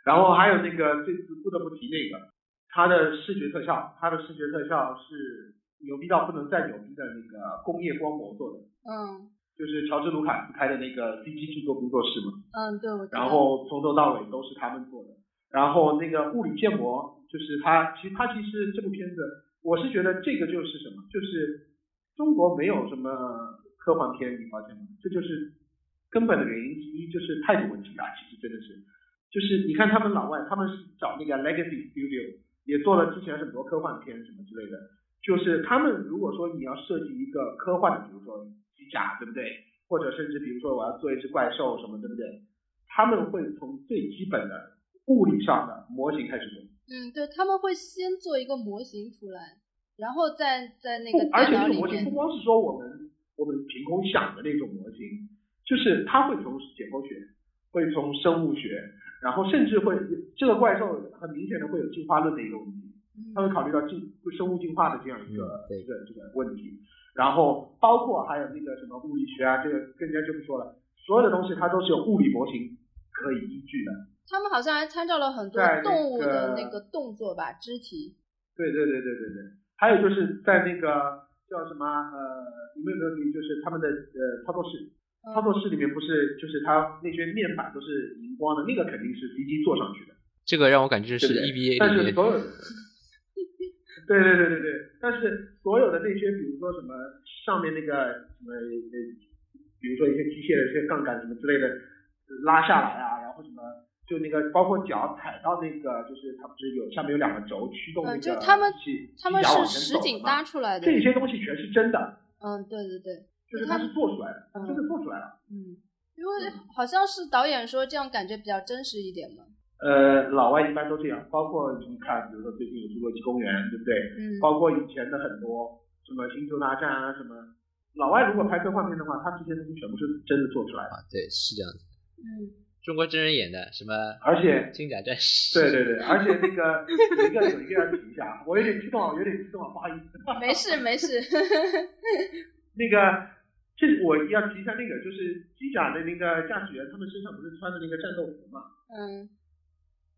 Speaker 3: 然后还有那个这次不得不提那个，它的视觉特效，它的视觉特效是牛逼到不能再牛逼的那个工业光魔做的，
Speaker 1: 嗯
Speaker 3: 就是乔治卢卡斯开的那个 CG 制作工作室嘛，
Speaker 1: 嗯，对，我知道
Speaker 3: 然后从头到尾都是他们做的。然后那个物理建模，就是它，其实它其实这部片子，我是觉得这个就是什么，就是中国没有什么科幻片，你发现吗？这就是根本的原因之一，就是态度问题啊，其实真的是，就是你看他们老外，他们是找那个 Legacy Studio 也做了之前很多科幻片什么之类的，就是他们如果说你要设计一个科幻的，比如说机甲，对不对？或者甚至比如说我要做一只怪兽什么，对不对？他们会从最基本的物理上的模型开始做，
Speaker 1: 嗯，对，他们会先做一个模型出来，然后再在那
Speaker 3: 不
Speaker 1: 个，
Speaker 3: 而
Speaker 1: 电
Speaker 3: 且
Speaker 1: 脑
Speaker 3: 这个
Speaker 1: 里
Speaker 3: 模型不
Speaker 1: 面，
Speaker 3: 光是说我们我们凭空想的那种模型，就是它会从解剖学，会从生物学，然后甚至会这个怪兽很明显的会有进化论的一个问题，他会
Speaker 1: 嗯
Speaker 3: 考虑到进生物进化的这样一个
Speaker 2: 嗯、对
Speaker 3: 这个这个问题，然后包括还有那个什么物理学啊，这个更加就不说了，所有的东西它都是有物理模型可以依据的。
Speaker 1: 他们好像还参照了很多
Speaker 3: 在那
Speaker 1: 动物的那
Speaker 3: 个
Speaker 1: 个动作吧，肢体。
Speaker 3: 对对对对对对，还有就是在那个叫什么呃，你们有没有注意，就是他们的呃操作室，
Speaker 1: 嗯
Speaker 3: 操作室里面不是就是它那些面板都是荧光的，那个肯定是 CG 做上去的，
Speaker 2: 这个让我感觉就是
Speaker 3: 对不对
Speaker 2: EVA
Speaker 3: 但
Speaker 2: 里
Speaker 3: 是
Speaker 2: 面
Speaker 3: 所有的，对对对对对，但是所有的那些比如说什么上面那个什么呃，比如说一些机械的一些杠杆什么之类的拉下来啊，然后什么。就那个，包括脚踩到那个，就是它不是有下面有两个轴驱动那
Speaker 1: 嗯
Speaker 3: 个
Speaker 1: 就是他们
Speaker 3: 机器
Speaker 1: 他们
Speaker 3: 机甲
Speaker 1: 是
Speaker 3: 往前走
Speaker 1: 实
Speaker 3: 的
Speaker 1: 景
Speaker 3: 嘛
Speaker 1: 搭出来的。
Speaker 3: 这些东西全是真的，
Speaker 1: 嗯，对对对，
Speaker 3: 就是它是做出来的，
Speaker 1: 嗯
Speaker 3: 真的做出来了。嗯
Speaker 1: 嗯，因为好像是导演说这样感觉比较真实一点嘛。
Speaker 3: 呃，老外一般都这样，包括你看，比如说最近有侏罗纪公园，对不对？
Speaker 1: 嗯
Speaker 3: 包括以前的很多什么星球大战啊什么，老外如果拍科幻片的话，他这些东西全部是真的做出来的，
Speaker 2: 啊，对，是这样子。
Speaker 1: 嗯
Speaker 2: 中国真人演的什么
Speaker 3: 而且
Speaker 2: 金甲战士？
Speaker 3: 对对对，而且 那个有一个有一个要提一下，我有点激动，有点激动，啊不好意思。
Speaker 1: 没事没事，
Speaker 3: 那个，这我要提一下那个，就是机甲的那个驾驶员，他们身上不是穿的那个战斗服嘛？
Speaker 1: 嗯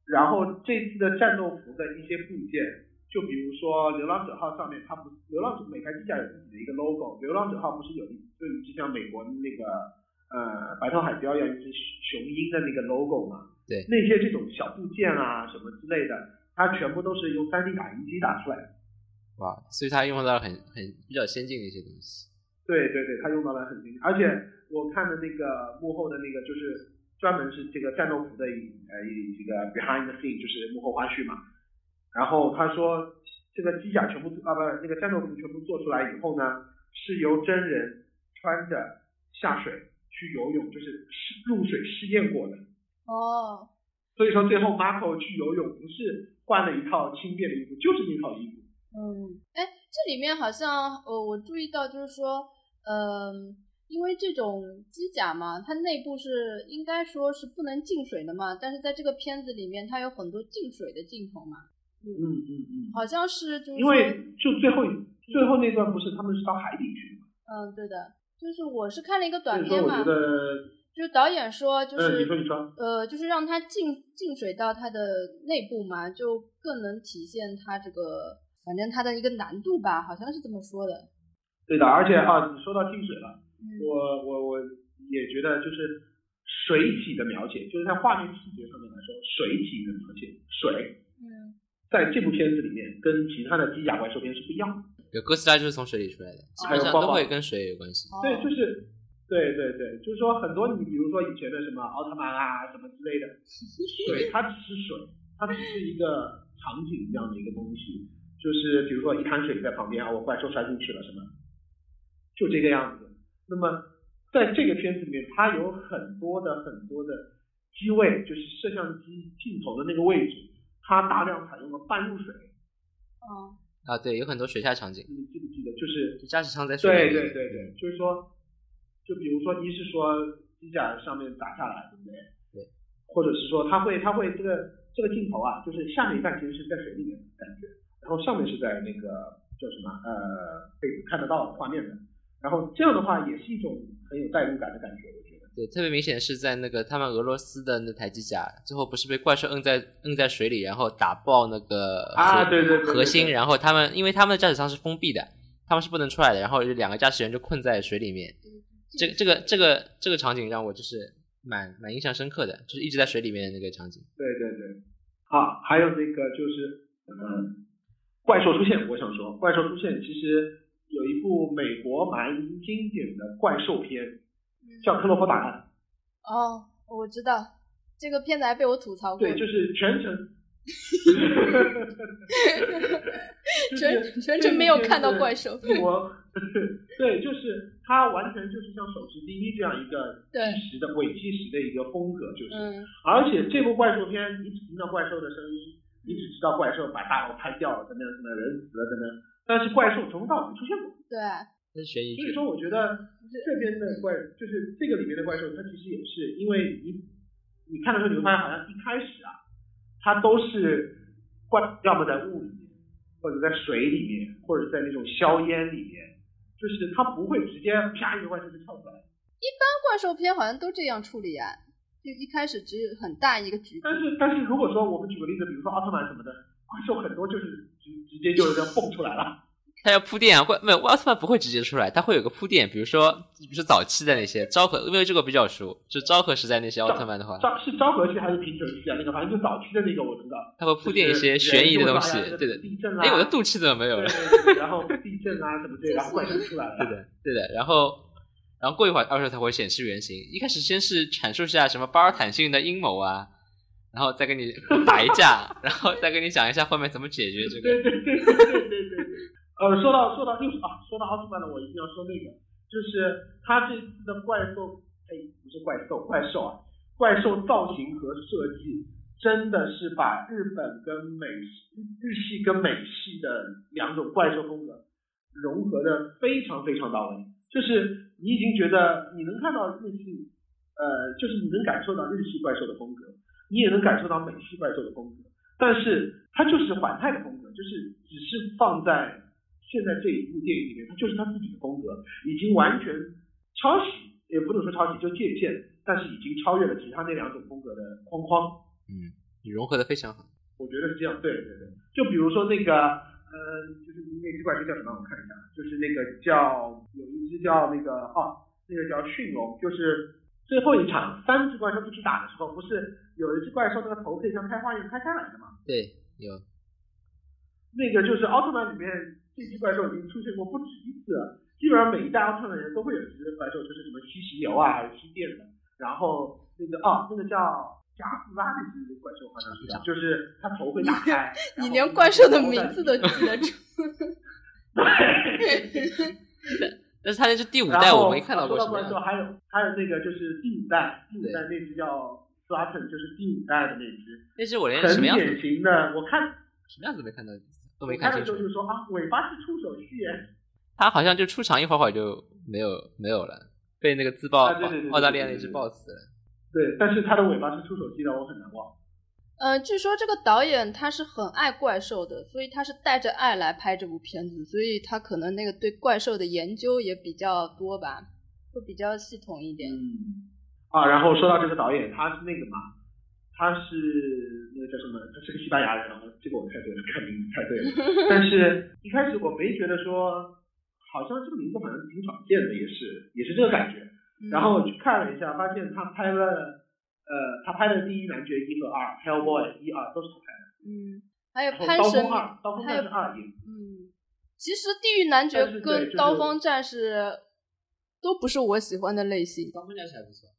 Speaker 3: 然后这次的战斗服的一些部件，就比如说流浪者号上面，它不，流浪者每台机甲有自己的一个 logo，流浪者号不是有一就就像美国那个呃白头海雕一样，一只雄鹰的那个 logo 嘛？
Speaker 2: 对
Speaker 3: 那些这种小部件啊什么之类的，它全部都是用 3D 打印机打出来的。
Speaker 2: 哇，所以他用到了很很比较先进的一些东西。
Speaker 3: 对对对，他用到了很精，而且我看的那个幕后的那个就是专门是这个战斗服的一呃一这个 behind the scene 就是幕后花絮嘛。然后他说这个机甲全部啊不那个战斗服全部做出来以后呢，是由真人穿着下水去游泳，就是试入水试验过的。
Speaker 1: 哦，
Speaker 3: 所以说最后 Marco 去游泳不是换了一套轻便的衣服，就是那套衣服。
Speaker 1: 嗯，哎，这里面好像呃，我注意到就是说，嗯，因为这种机甲嘛，它内部是应该说是不能进水的嘛，但是在这个片子里面，它有很多进水的镜头嘛，
Speaker 3: 嗯嗯嗯。
Speaker 1: 好像是就是
Speaker 3: 因
Speaker 1: 说
Speaker 3: 为就最后最后那段不是他们是到海底去的。嘛。
Speaker 1: 嗯，对的，就是我是看了一个
Speaker 3: 所
Speaker 1: 短
Speaker 3: 以说，
Speaker 1: 片
Speaker 3: 我
Speaker 1: 嘛
Speaker 3: 觉，得，
Speaker 1: 就是导演说就
Speaker 3: 嗯，
Speaker 1: 是
Speaker 3: 你说你说，
Speaker 1: 呃，就是让它进进水到它的内部嘛，就更能体现它这个反正它的一个难度吧，好像是这么说的。
Speaker 3: 对的，而且啊，你说到进水了，
Speaker 1: 嗯
Speaker 3: 我我我也觉得就是水体的描写，就是在画面视觉上面来说，水体的描写，水
Speaker 1: 嗯
Speaker 3: 在这部片子里面跟其他的机甲怪兽片是不一样的。
Speaker 2: 有哥斯拉就是从水里出来的，基
Speaker 1: 还
Speaker 2: 本
Speaker 1: 有
Speaker 2: 上
Speaker 3: 包
Speaker 2: 都
Speaker 3: 包
Speaker 2: 会跟水有关系。
Speaker 1: 哦
Speaker 3: 对，就是，对对对，就是说很多你比如说以前的什么奥特曼啊什么之类的，水它只是水，它只是一个场景一样的一个东西，就是比如说一滩水在旁边啊，我怪兽摔进去了什么，就这个样子。那么在这个片子里面，它有很多的很多的机位，就是摄像机镜头的那个位置，它大量采用了半入水，
Speaker 1: 哦，
Speaker 2: 啊，对，有很多水下场景，
Speaker 3: 你们记不记得？就是
Speaker 2: 就驾驶舱在水
Speaker 3: 对
Speaker 2: 里面。
Speaker 3: 对对对，就是说，就比如说，一是说机甲上面打下来，对不对？
Speaker 2: 对。
Speaker 3: 或者是说，它会它会这个这个镜头啊，就是下面一半其实是在水里面的感觉，然后上面是在那个叫什么呃，可以看得到画面的。然后这样的话，也是一种很有代入感的感觉，我觉得。
Speaker 2: 对特别明显是在那个他们俄罗斯的那台机甲，最后不是被怪兽摁在摁在水里，然后打爆那个
Speaker 3: 啊
Speaker 2: 核
Speaker 3: 对对对对
Speaker 2: 核心，
Speaker 3: 对
Speaker 2: 然后他们因为他们的驾驶舱是封闭的，他们是不能出来的，然后就两个驾驶员就困在水里面。这个这个这个这个场景让我就是蛮蛮印象深刻的，就是一直在水里面的那个场景。
Speaker 3: 对对对。啊，还有那个就是，嗯，怪兽出现，我想说，怪兽出现其实有一部美国蛮经典的怪兽片，叫《克洛弗档案》。
Speaker 1: 哦，我知道这个片子还被我吐槽过，
Speaker 3: 对，就是 全程，
Speaker 1: 全全程没有看到怪
Speaker 3: 兽。
Speaker 1: 兽。
Speaker 3: 我 对，就是它完全就是像手持第一这样一个
Speaker 1: 对
Speaker 3: 纪实的伪纪实的一个风格，就是，
Speaker 1: 嗯
Speaker 3: 而且这部怪兽片一直听到怪兽的声音，一直知道怪兽把大楼拍掉了，怎么样怎么样，人死了怎么样，但是怪兽从头到尾没出现过，
Speaker 1: 对，
Speaker 2: 那是悬疑
Speaker 3: 所以
Speaker 2: 剧，
Speaker 3: 说我觉得这边的怪就是这个里面的怪兽，它其实也是因为你你看的时候，你会发现好像一开始啊，它都是怪，要么在雾里面，或者在水里面，或者在那种硝烟里面，就是它不会直接啪一个怪兽就跳出来。
Speaker 1: 怪兽片好像都这样处理啊，就一开始只有很大一个局部。
Speaker 3: 但是但是如果说我们举个例子，比如说奥特曼什么的，怪兽很多就是直直接就是这样蹦出来了。
Speaker 2: 他要铺垫啊，怪没有奥特曼不会直接出来，他会有个铺垫，比如说比如说早期的那些昭和，因为这个我比较熟，就昭和时代那些奥特曼的话，
Speaker 3: 昭是昭和系还是平成系啊？那个反正就早期的那个我知道，
Speaker 2: 他会铺垫一些悬疑的东西
Speaker 3: 就是人，就
Speaker 2: 对的
Speaker 3: 是。地震啊，
Speaker 2: 哎，我的肚脐怎么没有
Speaker 3: 对
Speaker 2: 了？
Speaker 3: 对对，然后地震啊什么之类，然后怪兽出来了。
Speaker 2: 对的，对的。然后，然后过一会儿二手才会显示原形。一开始先是阐述一下什么巴尔坦星云的阴谋啊，然后再跟你打一架， 然后再跟你讲一下后面怎么解决这个。
Speaker 3: 对对对对对对对。呃，说到说到又啊，说到奥特曼了，我一定要说那个，就是他这次的怪兽，哎，不是怪兽，怪兽啊，怪兽造型和设计真的是把日本跟美日系跟美系的两种怪兽风格融合的非常非常到位，就是你已经觉得你能看到日系，呃，就是你能感受到日系怪兽的风格，你也能感受到美系怪兽的风格，但是它就是环太的风格，就是只是放在现在这一部电影里面，它就是它自己的风格，已经完全抄袭，也不能说抄袭，就借鉴，但是已经超越了其他那两种风格的框框。
Speaker 2: 嗯，你融合的非常好。
Speaker 3: 我觉得是这样，对对对。就比如说那个，呃，就是那只怪兽叫什么？我看一下，就是那个叫有一只叫那个哦，那个叫驯龙，就是最后一场三只怪兽一起打的时候，不是有一只怪兽那个头可以像开花一样开开来的吗？
Speaker 2: 对，有。
Speaker 3: 那个就是奥特曼里面这只怪兽已经出现过不止一次了，基本上每一代奥特曼人都会有一只怪兽，就是什么吸石油啊，还是吸电的，然后那个哦，那个叫。加斯拉那只怪兽好像是叫，就是它头会 打开。
Speaker 1: 你
Speaker 3: 然后
Speaker 1: 连
Speaker 3: 那个
Speaker 1: 怪兽的
Speaker 3: 头
Speaker 1: 名
Speaker 3: 在
Speaker 1: 字都记 得住。
Speaker 3: 对，
Speaker 2: 但是他那是第五
Speaker 3: 然
Speaker 2: 代，
Speaker 3: 后
Speaker 2: 我没看到过什
Speaker 3: 说
Speaker 2: 么
Speaker 3: 到怪兽，
Speaker 2: 样。
Speaker 3: 还有还有那个就是第五代，第五代那只叫 Slaton，就是第五代的那只，
Speaker 2: 那是我连哎什
Speaker 3: 很
Speaker 2: 么样子
Speaker 3: 典型的。我看
Speaker 2: 什么样子没看到，都
Speaker 3: 我
Speaker 2: 没
Speaker 3: 看
Speaker 2: 看清
Speaker 3: 的时候就
Speaker 2: 楚。
Speaker 3: 说啊，尾巴是触手系耶。
Speaker 2: 他好像就出场一会儿会儿就没有没有了，被那个自爆
Speaker 3: 啊对对对对
Speaker 2: 澳大利亚那
Speaker 3: 对
Speaker 2: 只
Speaker 3: 对对
Speaker 2: BOSS 了。
Speaker 3: 对，但是它的尾巴是触手系的，我很难忘。
Speaker 1: 呃，据说这个导演他是很爱怪兽的，所以他是带着爱来拍这部片子，所以他可能那个对怪兽的研究也比较多吧，会比较系统一点。
Speaker 3: 嗯。啊，然后说到这个导演，他是那个嘛，他是那个叫什么？他是个西班牙人，然后这个我猜对了，看名字猜 对了。但是一开始我没觉得说，好像这个名字好像挺少见的，也是也是这个感觉。
Speaker 1: 嗯
Speaker 3: 然后我去看了一下，发现他拍了，呃，他拍的第一男爵一和二，Hellboy 一二都是他拍的，
Speaker 1: 嗯，还有
Speaker 3: 然后
Speaker 1: 潘
Speaker 3: 刀
Speaker 1: 神
Speaker 3: 锋二，刀锋
Speaker 1: 还
Speaker 3: 战
Speaker 1: 有
Speaker 3: 士二也
Speaker 1: 嗯，其实地狱男爵
Speaker 3: 但是对就
Speaker 1: 跟
Speaker 3: 是
Speaker 1: 刀锋战士都不是我喜欢的类型。
Speaker 2: 刀锋战士还不错，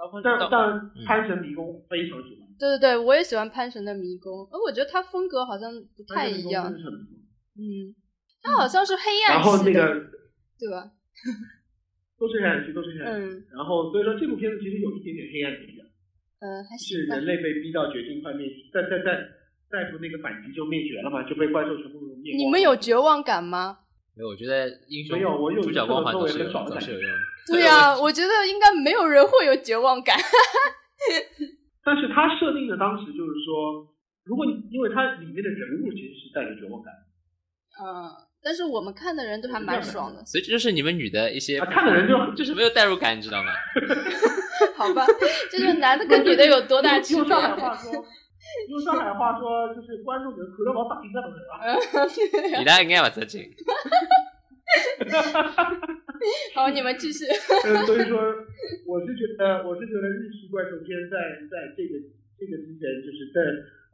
Speaker 2: 刀锋
Speaker 1: 嗯
Speaker 3: 但
Speaker 2: 战
Speaker 3: 但潘神迷宫非常喜欢，
Speaker 1: 对对对，我也喜欢潘神的迷宫，而我觉得他风格好像不太
Speaker 3: 潘神迷
Speaker 1: 一
Speaker 3: 宫
Speaker 1: 样
Speaker 3: 真。的是很不错。
Speaker 1: 嗯，他好像是黑暗
Speaker 3: 然后
Speaker 1: 系
Speaker 3: 那
Speaker 1: 的，
Speaker 3: 个
Speaker 1: 对吧？
Speaker 3: 都是黑暗区，都是黑暗区。
Speaker 1: 嗯
Speaker 3: 然后所以说这部片子其实有一点点黑暗情感，
Speaker 1: 嗯，还行
Speaker 3: 是
Speaker 1: 吧
Speaker 3: 人。类被逼到绝境快灭，再再再再不那个反击就灭绝了嘛，就被怪兽全部灭光。
Speaker 1: 你们有绝望感吗？
Speaker 2: 没有，我觉得英雄
Speaker 3: 没有我有
Speaker 2: 主角光环总是有
Speaker 3: 一个
Speaker 2: 总是有用的。
Speaker 1: 对呀、我觉得应该没有人会有绝望 感。
Speaker 3: 但是他设定的当时就是说，如果你因为它里面的人物其实是带着绝望感，
Speaker 1: 嗯，但是我们看的人对他蛮爽 的，
Speaker 2: 所以这就是你们女的一些
Speaker 3: 啊，看的人就很
Speaker 2: 就是没有代入感，你知 道吗？
Speaker 1: 好吧？就是男的跟女的有 多大 区
Speaker 3: 用
Speaker 1: 别
Speaker 3: 上？海话说，用上海话说就是观众就是可乐王打金的 人啊。
Speaker 2: 你大家应该把责进。
Speaker 1: 好，你们继 续。
Speaker 3: 呃，所以说，我是觉得，我是觉得日系怪兽片在在这个这个之前，就是在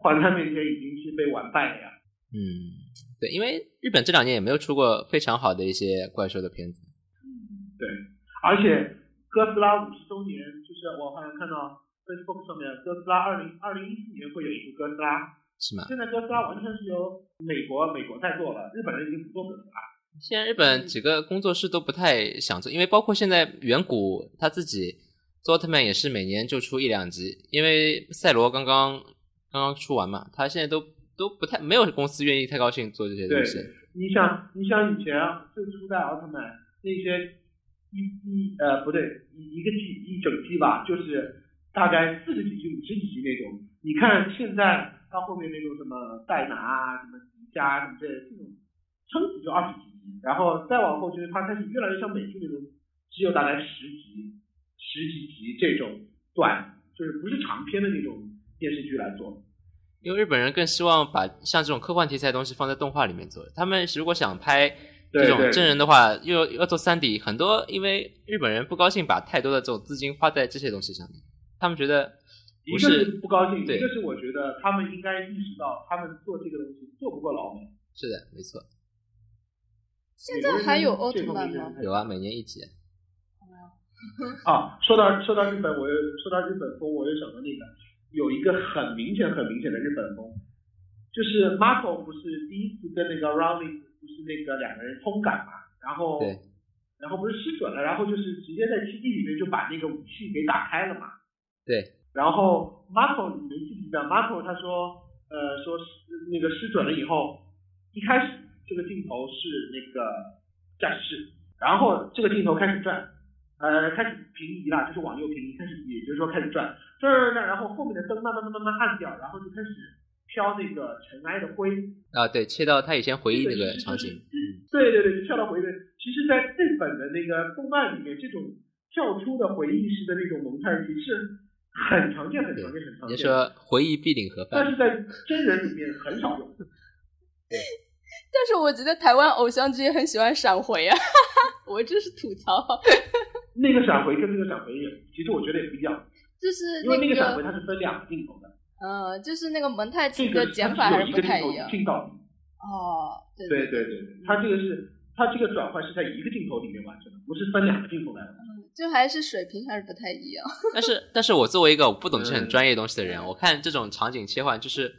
Speaker 3: 环太面前已经是被完败了呀。
Speaker 2: 嗯，对，因为日本这两年也没有出过非常好的一些怪兽的片子。
Speaker 3: 对，而且哥斯拉五十周年，就是我好像看到 Facebook 上面，哥斯拉二零二零一四年会有一部哥斯拉。
Speaker 2: 是吗？
Speaker 3: 现在哥斯拉完全是由美国美国在做了，日本人已经不做哥斯拉了。
Speaker 2: 现在日本几个工作室都不太想做，因为包括现在远古他自己做奥特曼也是每年就出一两集，因为赛罗刚刚刚刚出完嘛，他现在都都不太没有公司愿意太高兴做这些东西。
Speaker 3: 你想，你想以前啊最初代奥特曼那些一一呃不对一一个季一整季吧，就是大概四十几集、五十几集那种。你看现在到后面那种什么戴拿啊、什么迪迦啊什么这这种，撑死就二十几集，然后再往后就是它开始越来越像美剧那种，只有大概十集、十几集这种短，就是不是长篇的那种电视剧来做。
Speaker 2: 因为日本人更希望把像这种科幻题材的东西放在动画里面做。他们如果想拍这
Speaker 3: 对
Speaker 2: 种
Speaker 3: 对
Speaker 2: 真人的话，又又要做三 D，很多因为日本人不高兴把太多的这种资金花在这些东西上面，他们觉得
Speaker 3: 一
Speaker 2: 不
Speaker 3: 个是
Speaker 2: 是
Speaker 3: 不高兴，
Speaker 2: 对
Speaker 3: 一个是我觉得他们应该意识到他们做这个东西做不过老美。
Speaker 2: 是的，没错，
Speaker 1: 现在还有奥特曼吗？
Speaker 2: 有啊，每年一集。
Speaker 3: 啊，说到说到日本，我又说到日本风，我又想到那个有一个很明显很明显的日本风，就是 Marco 不是第一次跟那个 Rowling 不是那个两个人通感嘛，然后
Speaker 2: 对
Speaker 3: 然后不是失准了，然后就是直接在基地里面就把那个武器给打开了嘛。
Speaker 2: 对。
Speaker 3: 然后 Marco 你们记不记得？Marco 他说，呃，说是那个失准了以后，一开始这个镜头是那个展示，然后这个镜头开始转，呃，开始平移了，就是往右平移，开始也就是说开始转，转转转，然后后面的灯慢慢慢慢慢暗掉，然后就开始飘那个尘埃的灰，
Speaker 2: 啊，对，切到他以前回忆那个场景，
Speaker 3: 对对对，就跳到回忆。其实，在日本的那个动漫里面，这种跳出的回忆式的那种蒙太奇是很常见、很常见、很常
Speaker 2: 你
Speaker 3: 见的。
Speaker 2: 说回忆必定盒
Speaker 3: 但
Speaker 2: 饭，
Speaker 3: 是在真人里面很少用。
Speaker 1: 但是我觉得台湾偶像剧也很喜欢闪回啊，我这是吐槽，
Speaker 3: 那个闪回跟这个闪回也，其实我觉得也不一样，
Speaker 1: 就是
Speaker 3: 因为那个闪回它是分两个镜头的，
Speaker 1: 呃，就是那个蒙太
Speaker 3: 这
Speaker 1: 奇
Speaker 3: 个
Speaker 1: 的减法还
Speaker 3: 有
Speaker 1: 是
Speaker 3: 一
Speaker 1: 不
Speaker 3: 个
Speaker 1: 太
Speaker 3: 镜
Speaker 1: 一
Speaker 3: 头
Speaker 1: 样
Speaker 3: 一。镜到底。
Speaker 1: 哦，对
Speaker 3: 对对对，对它这个是它这个转换是在一个镜头里面完成的，不是分两个镜头来完成。
Speaker 1: 就还是水平还是不太一样。
Speaker 2: 但是但是我作为一个我不懂这些很
Speaker 3: 嗯
Speaker 2: 专业东西的人，我看这种场景切换就是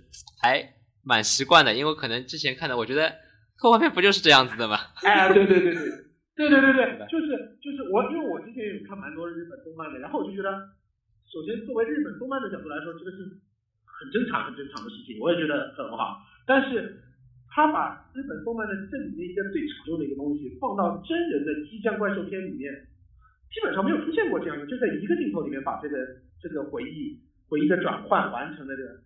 Speaker 2: 还蛮习惯的，因为我可能之前看的，我觉得科幻片不就是这样子的吗？
Speaker 3: 哎，对对对对， 对对对
Speaker 2: 是的
Speaker 3: 对，就是就是我，因为我之前有看蛮多日本动漫的，然后我就觉得，首先作为日本动漫的角度来说，这个是很正常、很正常的事情，我也觉得很好。但是他把日本动漫的这里面一个最常用的一个东西放到真人的激战怪兽片里面，基本上没有出现过这样的，就在一个镜头里面把这个这个回忆回忆的转换完成了这个。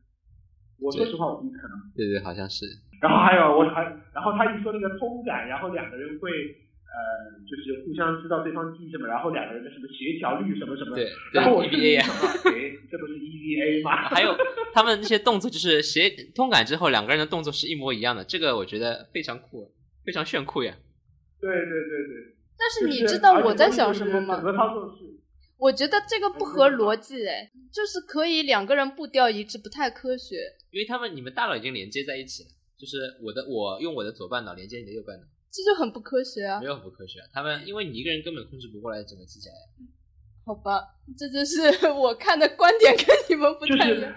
Speaker 3: 我说实话，我第一次看到。
Speaker 2: 对对，好像是。
Speaker 3: 然后还有我还，然后他一说那个通感，然后两个人会呃，就是互相知道对方记忆什么，然后两个人的什么协调率什么什么。
Speaker 2: 对。对
Speaker 3: 然后我瞬
Speaker 2: EVA
Speaker 3: 间想
Speaker 2: 啊，
Speaker 3: 到，哎，这不是 EVA 吗？
Speaker 2: 还有他们那些动作，就是协通感之后两个人的动作是一模一样的，这个我觉得非常酷，非常炫酷呀！
Speaker 3: 对对对对。
Speaker 1: 但是你
Speaker 3: 就
Speaker 1: 知道
Speaker 3: 而且
Speaker 1: 我在
Speaker 3: 就是
Speaker 1: 想什么
Speaker 3: 整
Speaker 1: 吗？
Speaker 3: 个操作是，
Speaker 1: 我觉得这个不合逻辑，哎，就是可以两个人步调一致，不太科学。
Speaker 2: 因为他们你们大脑已经连接在一起了，就是我的我用我的左半脑连接你的右半脑，
Speaker 1: 这就很不科学啊
Speaker 2: 没！有很不科学啊。他们因为你一个人根本控制不过来整个机甲呀。
Speaker 1: 好吧，这就是 我看的观点跟你们不
Speaker 3: 就
Speaker 1: 太一
Speaker 3: 是
Speaker 1: 样。，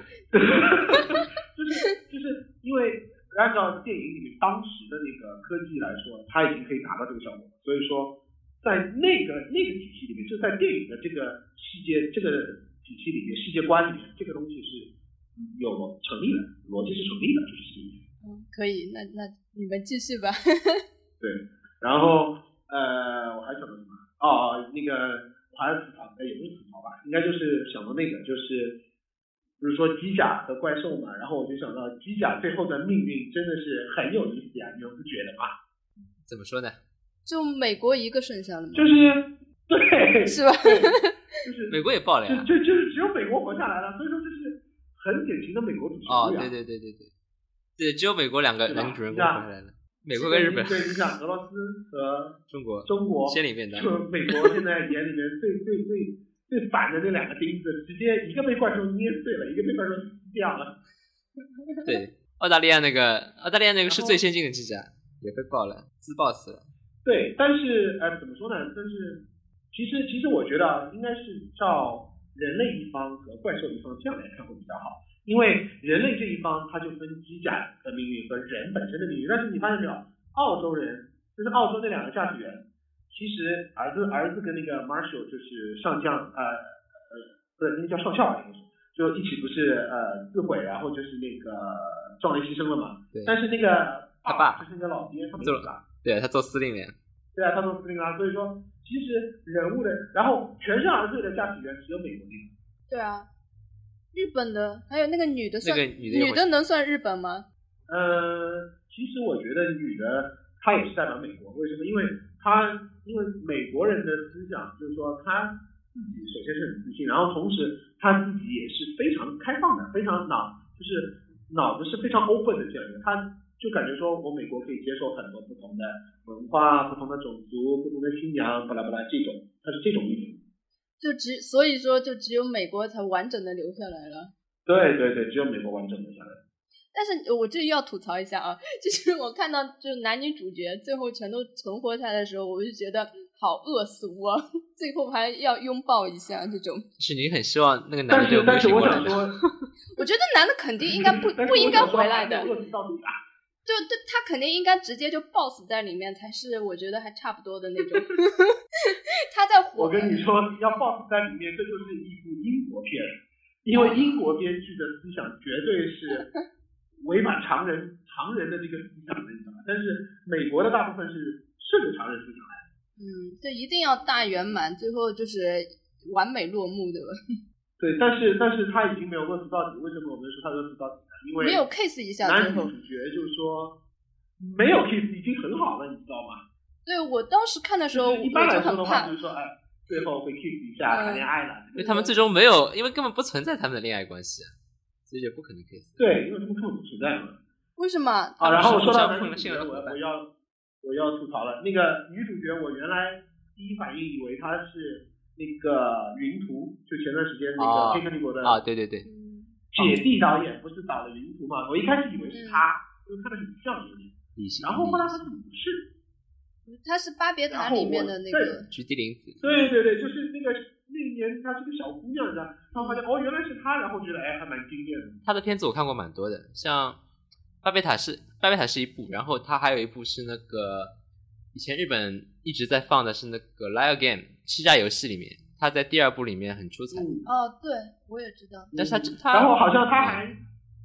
Speaker 3: 就是就是因为按照电影里面当时的那个科技来说，它已经可以达到这个效果，所以说在那个那个体系里面，就在电影的这个世界这个体系里面，世界观里面，这个东西是嗯有成立的，逻辑是成立的，就是这个意思。
Speaker 1: 嗯，可以，那那你们继续吧。
Speaker 3: 然后呃，我还想到什么？哦，那个我还吐槽，哎，也不是吐槽吧，应该就是想到那个，就是不是说机甲和怪兽嘛，然后我就想到机甲最后的命运真的是很有意思呀，你们不觉得吗？
Speaker 2: 怎么说呢？
Speaker 1: 就美国一个选项了吗？
Speaker 3: 就是对，
Speaker 1: 是吧？
Speaker 3: 对就是
Speaker 2: 美国也爆了
Speaker 3: 就
Speaker 2: 呀！
Speaker 3: 就就是只有美国活下来了，所以说这是很典型的美国主旋
Speaker 2: 哦，
Speaker 3: 律啊。
Speaker 2: 对对对对对，对，只有美国两个
Speaker 3: 是吧
Speaker 2: 两个主人公
Speaker 3: 是啊
Speaker 2: 活下来了，美国跟日本、
Speaker 3: 对，你想俄罗斯和
Speaker 2: 中国
Speaker 3: 中国
Speaker 2: 先里面的。
Speaker 3: 就美国现在眼里面最最最最反的那两个钉子，直接一个被怪兽捏碎了，一个被怪兽撕掉了。
Speaker 2: 对，澳大利亚那个澳大利亚那个是
Speaker 3: 然后
Speaker 2: 最先进的机甲，也被爆了，自爆死了。
Speaker 3: 对，但是呃，怎么说呢？但是其实其实我觉得啊应该是照人类一方和怪兽一方这样来看会比较好，因为人类这一方它就分机甲的命运和人本身的命运，但是你发现没有，澳洲人就是澳洲那两个驾驶员，其实儿子儿子跟那个 Marshall 就是上将呃呃不是那个叫少校吧应该是，就一起不是呃自毁，然后就是那个壮烈牺牲了嘛。
Speaker 2: 对
Speaker 3: 但是那个
Speaker 2: 他爸
Speaker 3: 就是那啊个老爹他们
Speaker 2: 做了
Speaker 3: 死了。
Speaker 2: 对他做司令了呀。
Speaker 3: 对啊，他做司令啊，所以说其实人物的，然后全身而退的驾驶员只有美国那个，
Speaker 1: 对啊，日本的还有那个女的
Speaker 2: 那
Speaker 1: 算
Speaker 2: 个女的也
Speaker 1: 女
Speaker 2: 会
Speaker 1: 的能算日本吗？
Speaker 3: 呃，其实我觉得女的她也是代表美国，为什么？因为她因为美国人的思想就是说她自己首先是很自信，然后同时她自己也是非常开放的，非常脑就是脑子是非常 open 的这样一个，她就感觉说我美国可以接受很多不同的文化、不同的种族、不同的信仰，巴拉巴拉这种，她是这种意思。
Speaker 1: 就只所以说就只有美国才完整的留下来了。
Speaker 3: 对对对，只有美国完整的下来。
Speaker 1: 但是我这要吐槽一下啊， 就是我看到就是男女主角最后全都存活下来的时候，我就觉得好恶俗啊！最后还要拥抱一下这种，
Speaker 2: 是你很希望那个男
Speaker 3: 但
Speaker 2: 的就是不
Speaker 3: 但
Speaker 2: 会
Speaker 3: 是
Speaker 2: 醒
Speaker 3: 我
Speaker 2: 过来
Speaker 3: 想
Speaker 2: 的。
Speaker 3: 说，
Speaker 1: 我觉得男的肯定 应 该不
Speaker 3: 但是
Speaker 1: 不
Speaker 3: 我
Speaker 1: 应该
Speaker 3: 想说
Speaker 1: 回来的，
Speaker 3: 按照恶习到底啊
Speaker 1: 就对他肯定应该直接就 boss 在里面才是，我觉得还差不多的那种。 他在火，
Speaker 3: 我跟你说，要 boss 在里面，这就是一部英国片，因为英国编剧的思想绝对是违反常人常人的这个思想的，你知道吗？但是美国的大部分是顺着常人思想来的。
Speaker 1: 嗯，就一定要大圆满，最后就是完美落幕，对吧？
Speaker 3: 对，但是但是他已经没有恶死到底，为什么我们说他恶死到底呢？因为
Speaker 1: 没有 kiss 一下，最
Speaker 3: 男女
Speaker 1: 后
Speaker 3: 主。角就说没有 kiss 已经很好了，你知道吗？
Speaker 1: 对我当时看的时候，我
Speaker 3: 一般
Speaker 1: 就
Speaker 3: 来说的
Speaker 1: 很
Speaker 3: 话，
Speaker 1: 怕
Speaker 3: 就。是说哎，最后会 kiss 一下，
Speaker 1: 嗯
Speaker 3: 谈恋爱了。
Speaker 2: 因为他们最终没有，因为根本不存在他们的恋爱关系啊，所以就不可能 kiss。
Speaker 3: 对，因为他们根本不存在嘛。
Speaker 1: 为什么？
Speaker 3: 啊，然后我说到男
Speaker 2: 碰
Speaker 3: 女
Speaker 2: 了
Speaker 3: 主
Speaker 2: 性
Speaker 3: 角，
Speaker 2: 的
Speaker 3: 我
Speaker 2: 伙伴
Speaker 3: 我要我要吐槽了。那个女主角，我原来第一反应以为她是那个云图，就前段时间那
Speaker 2: 啊
Speaker 3: 个黑客帝国的
Speaker 2: 啊，对对对，
Speaker 1: 嗯
Speaker 3: 姐弟导演不是导了云图嘛？我一开始以为是她，
Speaker 2: 嗯
Speaker 3: 因为看着很像有点。
Speaker 2: 理性。
Speaker 3: 然后后来发现不是，
Speaker 1: 嗯他是《巴别塔》里面的那
Speaker 3: 然后
Speaker 1: 个，
Speaker 2: 菊地凛子，
Speaker 3: 对对对，就是那个那一年她是个小姑娘，你知道，然后发现哦原来是她，然后觉得哎还蛮惊艳的。
Speaker 2: 他的片子我看过蛮多的，像《巴别塔》是《巴别塔》是一部，然后他还有一部是那个以前日本一直在放的是那个《Liar Game》欺诈游戏里面，他在第二部里面很出彩，
Speaker 3: 嗯，
Speaker 1: 哦，对，我也知道。
Speaker 2: 但是他
Speaker 3: 嗯
Speaker 2: 他
Speaker 3: 然后好像他还，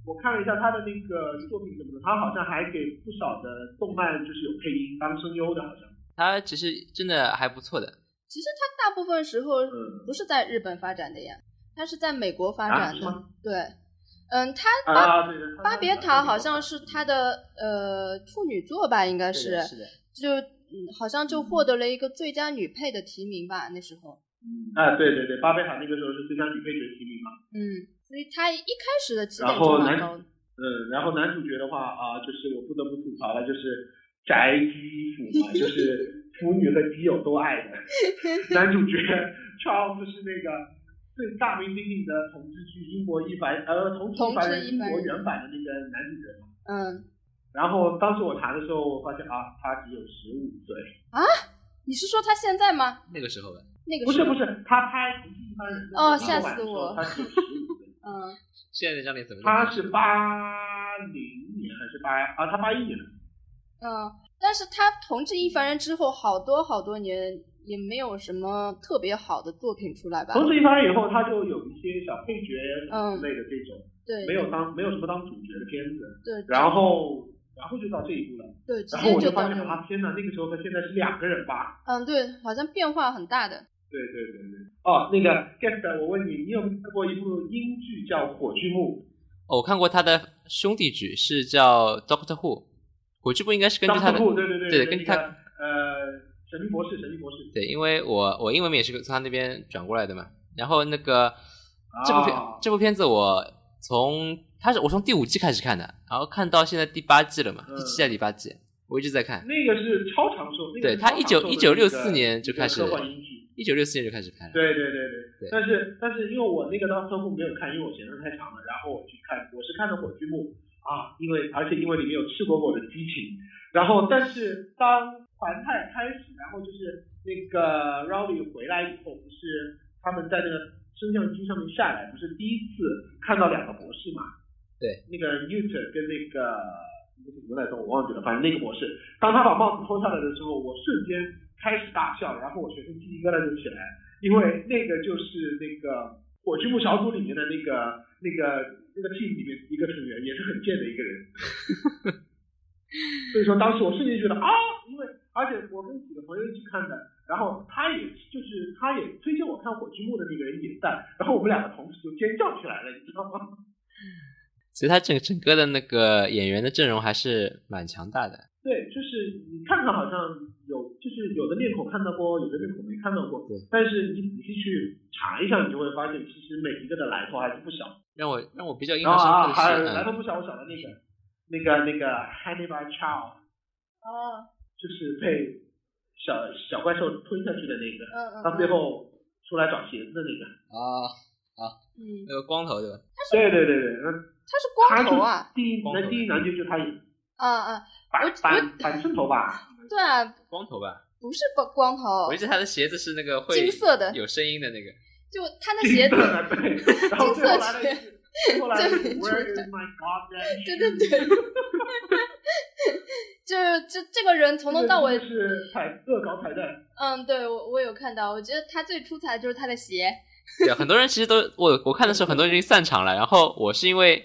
Speaker 3: 我看了一下他的那个作品什么的，他好像还给不少的动漫就是有配音当声优的，好像。
Speaker 2: 他其实真的还不错的，
Speaker 1: 其实他大部分时候
Speaker 3: 嗯
Speaker 1: 不是在日本发展的呀，他是在美国发
Speaker 3: 啊
Speaker 1: 展
Speaker 3: 是
Speaker 1: 的。
Speaker 3: 吗
Speaker 1: 对，嗯，他巴
Speaker 3: 啊，对对。他
Speaker 1: 巴别塔好像是他的呃处女作吧，应该
Speaker 2: 对
Speaker 1: 是
Speaker 2: 的，是的，
Speaker 1: 就嗯好像就获得了一个最佳女配的提名吧，那时候。
Speaker 3: 啊，对对对，巴别塔那个时候是最佳女配角提名嘛。
Speaker 1: 嗯，所以他一开始的起点就
Speaker 3: 然后
Speaker 1: 蛮
Speaker 3: 男
Speaker 1: 高的。
Speaker 3: 嗯，然后男主角的话啊，就是我不得不吐槽了，就是宅基腐嘛，就是腐女和基友都爱的。男主角 Charles 是那个最大名鼎鼎的同志剧《英国一凡》呃，同志
Speaker 1: 同
Speaker 3: 一凡
Speaker 1: 志
Speaker 3: 人
Speaker 1: 一
Speaker 3: 英
Speaker 1: 凡
Speaker 3: 国
Speaker 1: 人
Speaker 3: 原版的那个男主角。
Speaker 1: 嗯，
Speaker 3: 然后当时我查的时候，我发现啊，他只有十五岁，
Speaker 1: 你是说他现在吗？
Speaker 2: 那个时候吧，
Speaker 1: 那个
Speaker 3: 不
Speaker 1: 时
Speaker 3: 是
Speaker 1: 候
Speaker 3: 不是，他拍不是一般人的
Speaker 1: 哦
Speaker 3: 那个
Speaker 1: 吓
Speaker 3: 版的
Speaker 1: 死
Speaker 3: 时候
Speaker 1: 我
Speaker 3: 他只有十五岁，
Speaker 1: 嗯，
Speaker 2: 现在这张脸怎么？
Speaker 3: 他是八零年还是八啊？他八一年，
Speaker 1: 嗯，但是他同治一凡人之后，好多好多年也没有什么特别好的作品出来吧？
Speaker 3: 从此一般人以后，他就有一些小配角
Speaker 1: 嗯
Speaker 3: 之类的这种，
Speaker 1: 对，
Speaker 3: 没有当没有什么当主角的片子，
Speaker 1: 对，
Speaker 3: 然后。然后就到这一步了，
Speaker 1: 对，直
Speaker 3: 然后
Speaker 1: 接
Speaker 3: 我
Speaker 1: 就
Speaker 3: 就
Speaker 1: 到
Speaker 3: 发
Speaker 1: 这
Speaker 3: 现
Speaker 1: 种，
Speaker 3: 啊，天哪，那个时候和现在是两个人吧？
Speaker 1: 嗯，对，好像变化很大的。
Speaker 3: 对对对对。哦，那
Speaker 1: 嗯
Speaker 3: 个 guest，我问你，你有没有看过一部英剧叫《火炬木》？
Speaker 2: 哦我看过他的兄弟剧是叫《Doctor Who》，火炬部应该是根据他的
Speaker 3: 库，对对
Speaker 2: 对
Speaker 3: 对，
Speaker 2: 根据
Speaker 3: 那
Speaker 2: 他
Speaker 3: 个呃，神秘博士，神秘博士，
Speaker 2: 对，因为我我英文名也是从他那边转过来的嘛。然后那个这部片、
Speaker 3: 啊
Speaker 2: 这部片子我从他是我从第五季开始看的，然后看到现在第八季了嘛，
Speaker 3: 嗯
Speaker 2: 第七季还是第八季，我一直在看。
Speaker 3: 那个是超长寿，那个
Speaker 2: 对
Speaker 3: 是
Speaker 2: 他
Speaker 3: 超
Speaker 2: 一
Speaker 3: 长
Speaker 2: 九
Speaker 3: 寿的
Speaker 2: 一九六
Speaker 3: 那
Speaker 2: 四
Speaker 3: 个
Speaker 2: 年就
Speaker 3: 一个
Speaker 2: 开始
Speaker 3: 科幻英剧，
Speaker 2: 一九六四年就开始拍了。
Speaker 3: 对对对对。
Speaker 2: 对
Speaker 3: 但是但是因为我那个当时特库没有看，因为我嫌得太长了，然后我去看，我是看的火炬木啊，因为而且因为里面有赤果果的激情，然后但是当环太开始，然后就是那个 Rowley 回来以后，不是他们在那个升降机上面下来，不是第一次看到两个博士嘛？
Speaker 2: 对，
Speaker 3: 那个 Newton 跟那个那个什么来着，我忘记了，反正那个博士，当他把帽子脱下来的时候，我瞬间开始大笑，然后我全身鸡皮疙瘩就起来，因为那个就是那个火炬木小组里面的那个那个那个 team 里面一个成员，也是很贱的一个人。 所以说当时我瞬间觉得啊，因为而且我跟几个朋友一起看的，然后他也就是他也推荐我看火炬木的那个人也在，然后我们两个同时就尖叫起来了，你知道吗？
Speaker 2: 所以他整整个的那个演员的阵容还是蛮强大的。
Speaker 3: 对，就是你看看好像有，就是有的面孔看到过，有的面孔没看到过
Speaker 2: 对，
Speaker 3: 但是你仔细去查一下，你就会发现其实每一个的来头还是不小。
Speaker 2: 让我让我比较印
Speaker 3: 然
Speaker 2: 象深
Speaker 3: 后啊，
Speaker 2: 刻
Speaker 3: 还
Speaker 2: 的
Speaker 3: 有
Speaker 2: 是，
Speaker 3: 来头
Speaker 2: 嗯，
Speaker 3: 不小，我想到那个那个那个 Honey by Child，
Speaker 1: 哦，
Speaker 3: 就是被小小怪兽吞下去的那个，
Speaker 1: 嗯嗯，
Speaker 3: 到最
Speaker 1: 嗯
Speaker 3: 后出来找鞋子的那个。
Speaker 2: 啊，
Speaker 1: 嗯，
Speaker 2: 那个光头对吧？
Speaker 3: 对对对对，那
Speaker 1: 他是光头
Speaker 3: 他
Speaker 1: 啊，
Speaker 3: 就第一
Speaker 2: 光头
Speaker 3: 男第一男就就是他演
Speaker 1: 啊啊，
Speaker 3: 反
Speaker 1: 我
Speaker 3: 反反渗透吧，
Speaker 1: 对啊，
Speaker 2: 光头吧，
Speaker 1: 不是光光头
Speaker 3: 哦
Speaker 2: 我一，直他的鞋子是那个会
Speaker 1: 金色的
Speaker 2: 有声音的那个。
Speaker 1: 就他那 鞋子，
Speaker 3: 的 对，然后最后来了一
Speaker 1: 金色
Speaker 3: 句，最后来 了一句
Speaker 1: 对
Speaker 3: Where is my goddamn？
Speaker 1: 对对对，就是这这个人从头到尾
Speaker 3: 这个真的是彩恶搞彩蛋，
Speaker 1: 嗯，对我我有看到，我觉得他最出彩的就是他的鞋，
Speaker 2: 对，很多人其实都我我看的时候，很多人已经散场了。然后我是因为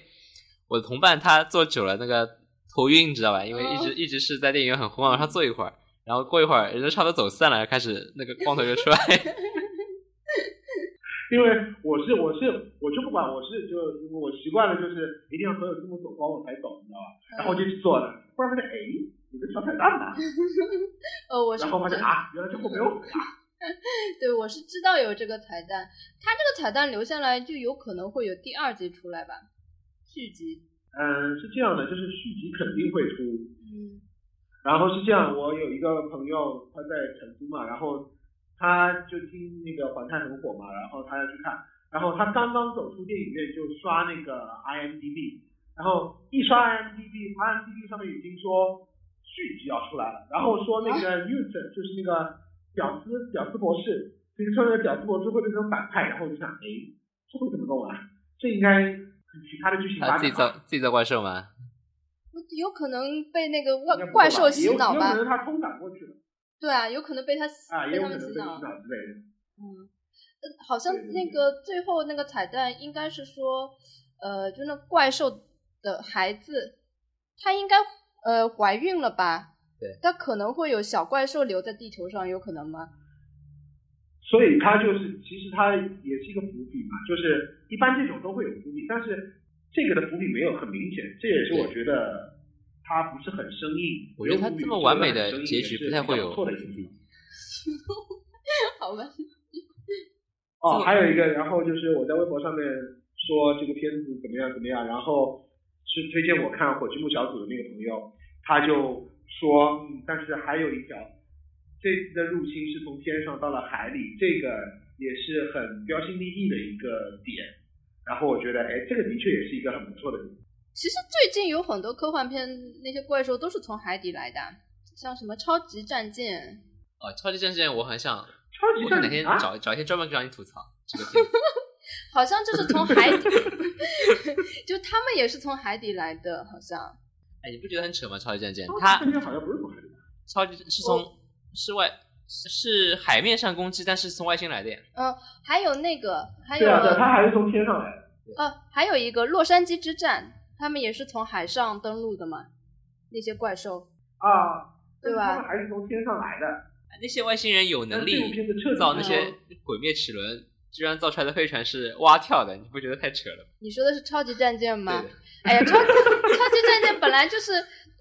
Speaker 2: 我的同伴他坐久了那个头晕，你知道吧？因为一直、
Speaker 3: 哦
Speaker 2: 一直是在电影院很昏暗，他坐一会儿，然后过一会儿人都差不多走散了，开始那个光头就出 来。
Speaker 3: 因为我是我是我就不管，我是就我习惯了，就是一定要所有字幕走光我才走，你知道吧？然后我就去做了，忽然发现哎，有个小彩蛋呐、
Speaker 1: 呃，我是
Speaker 3: 然后发现啊，原来这后面有火啊
Speaker 1: 对我是知道有这个彩蛋，它这个彩蛋留下来就有可能会有第二集出来吧，续集。
Speaker 3: 嗯，是这样的，就是续集肯定会出，
Speaker 1: 嗯
Speaker 3: 然后是这样，我有一个朋友他在成都嘛，然后他就听那个环太很火嘛，然后他要去看，然后他刚刚走出电影院就刷那个 IMDB，然后一刷 IMDB，IMDB 上面已经说续集要出来了，然后说那
Speaker 1: 啊
Speaker 3: 个 Newton 就是那个屌丝屌丝博士，就是穿着屌丝博士会变成反派，然后我就想，哎，这会怎么弄啊？这应该其他的剧情发
Speaker 2: 他自己
Speaker 3: 展
Speaker 2: 造
Speaker 3: 吧。
Speaker 2: 自己造怪兽吗？
Speaker 1: 有可能被那个
Speaker 3: 应该
Speaker 1: 怪
Speaker 3: 不会
Speaker 1: 怪
Speaker 3: 吧
Speaker 1: 兽
Speaker 3: 也有
Speaker 1: 洗脑
Speaker 3: 也有可
Speaker 1: 吧？
Speaker 3: 能他冲赶过去了
Speaker 1: 对啊，有可能被他洗
Speaker 3: 啊，也
Speaker 1: 被
Speaker 3: 有
Speaker 1: 他
Speaker 3: 可
Speaker 1: 们
Speaker 3: 能被
Speaker 1: 洗
Speaker 3: 洗
Speaker 1: 脑。
Speaker 3: 脑之类的。
Speaker 1: 嗯，呃好像
Speaker 3: 对对
Speaker 1: 那
Speaker 3: 对
Speaker 1: 个最后那个彩蛋应该是说，呃，就那怪兽的孩子，她应该呃怀孕了吧？
Speaker 2: 对，
Speaker 1: 她可能会有小怪兽留在地球上，有可能 吗？
Speaker 3: 所以它就是，其实它也是一个伏笔嘛，就是一般这种都会有伏笔，但是这个的伏笔没有很明显，这也是我觉得它不是很生硬。
Speaker 2: 我觉得它这么完美的结局不太会有
Speaker 3: 错的一
Speaker 2: 伏
Speaker 3: 个地
Speaker 2: 笔
Speaker 3: 方。
Speaker 1: 好吧，
Speaker 3: 哦，还有一个，然后就是我在微博上面说这个片子怎么样怎么样，然后是推荐我看《火炬木小组》的那个朋友，他就说，嗯，但是还有一条，这次的入侵是从天上到了海里，这个也是很标新立异的一个点。然后我觉得，哎，这个的确也是一个很不错的点。
Speaker 1: 其实最近有很多科幻片，那些怪兽都是从海底来的，像什么超级战舰，
Speaker 2: 哦，超级战舰我很想，
Speaker 3: 超级
Speaker 2: 我想
Speaker 3: 战
Speaker 2: 哪天
Speaker 3: 啊，
Speaker 2: 找找一天专门让你吐槽这个片子。
Speaker 1: 好像就是从海底， 就他们也是从海底来的，好像。
Speaker 2: 哎，你不觉得很扯吗？超级战舰，
Speaker 3: 超
Speaker 2: 它
Speaker 3: 级战舰哦好像不是从海里来的，
Speaker 2: 超级是从是外是海面上攻击，但是从外星来的呀。
Speaker 1: 还有那个，还有
Speaker 3: 对啊，对啊，它还是从天上来的。
Speaker 1: 呃，还有一个洛杉矶之战，他们也是从海上登陆的嘛，那些怪兽。
Speaker 3: 啊，
Speaker 1: 对吧
Speaker 3: 但是他们还是从天上来的。
Speaker 2: 那些外星人有能
Speaker 3: 但是这部
Speaker 2: 力
Speaker 3: 片子彻底哦
Speaker 2: 造那
Speaker 3: 就是
Speaker 2: 些毁灭齿轮，居然造出来的飞船是蛙跳的，你不觉得太扯了
Speaker 1: 你说的是超级战舰吗
Speaker 2: 吗？对？的，
Speaker 1: 哎呀，超超级战舰本来就是，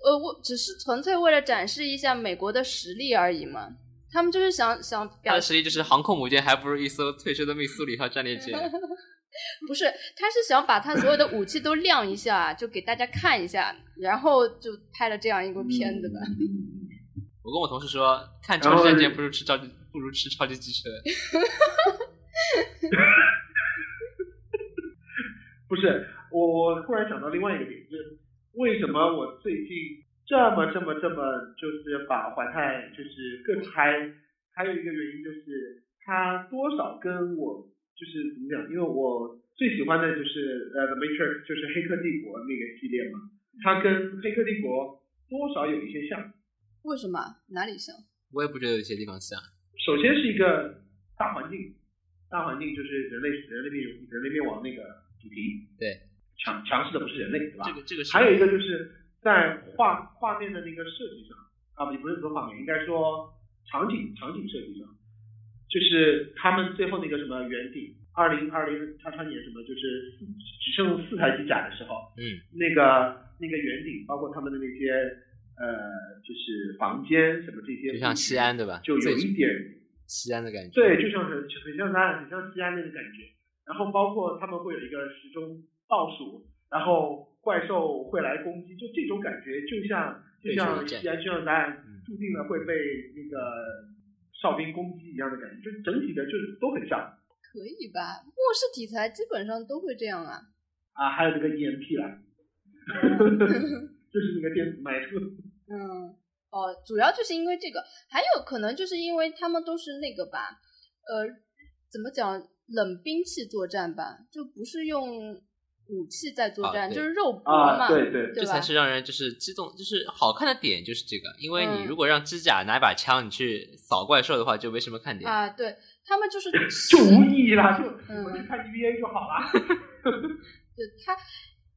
Speaker 1: 呃，我只是纯粹为了展示一下美国的实力而已嘛。他们就是想想
Speaker 2: 他
Speaker 1: 表
Speaker 2: 的
Speaker 1: 示，
Speaker 2: 实力就是航空母舰还不如一艘退休的密苏里号战列 舰。
Speaker 1: 不是，他是想把他所有的武器都亮一下，就给大家看一下，然后就拍了这样一部片子吧。
Speaker 3: 嗯
Speaker 2: 我跟我同事说，看超级战舰不如吃超级不如吃超级机车。
Speaker 3: 不是，我我突然想到另外一个点，就是为什么我最近这么这么这么就是把环太就是更嗨，还有一个原因就是它多少跟我就是怎么讲，因为我最喜欢的就是呃《The Matrix》就是《黑客帝国》那个系列嘛，它跟《黑客帝国》多少有一些像，
Speaker 1: 为什么？哪里像？
Speaker 2: 我也不觉得有些地方像，
Speaker 3: 首先是一个大环境，大环境就是人类人类灭人类灭亡那个主题，
Speaker 2: 对，
Speaker 3: 强强势的不是人类，对吧？
Speaker 2: 这个这个是
Speaker 3: 还有一个就是在画画面的那个设计上啊，不也不是说画面，应该说场景场景设计上，就是他们最后那个什么圆顶，二零二零叉叉年什么，就是四只剩四台机甲的时候，
Speaker 2: 嗯，
Speaker 3: 那个那个圆顶，包括他们的那些呃，就是房间什么这些，
Speaker 2: 就像西安对吧？
Speaker 3: 就有
Speaker 2: 最
Speaker 3: 一点
Speaker 2: 西安的感觉。
Speaker 3: 对，就像很很像他，很像西安那个感觉。然后包括他们会有一个时钟倒数，然后怪兽会来攻击，就这种感觉，就像就
Speaker 2: 对
Speaker 3: 像
Speaker 2: 是这样
Speaker 3: 西安，就像咱俩
Speaker 2: 嗯
Speaker 3: 注定了会被那个哨兵攻击一样的感觉，就整体的就是都很像
Speaker 1: 可以吧？末世题材基本上都会这样啊。
Speaker 3: 啊。还有那个 EMP 啦， 就是那个电子麦特，
Speaker 1: 嗯，哦，主要就是因为这个，还有可能就是因为他们都是那个吧，呃，怎么讲，冷兵器作战吧，就不是用武器在作战，
Speaker 2: 啊对
Speaker 1: 就是肉搏嘛，
Speaker 3: 啊，对对，
Speaker 2: 这
Speaker 1: 吧
Speaker 2: 才？是让人就是激动，就是好看的点就是这个。因为你
Speaker 1: 嗯
Speaker 2: 如果让指甲拿一把枪你去扫怪兽的话，就没什么看点。
Speaker 1: 啊，对他们就是
Speaker 3: 就无意义啦，就
Speaker 1: 嗯
Speaker 3: 我去看 EVA 就好啦。
Speaker 1: 对他，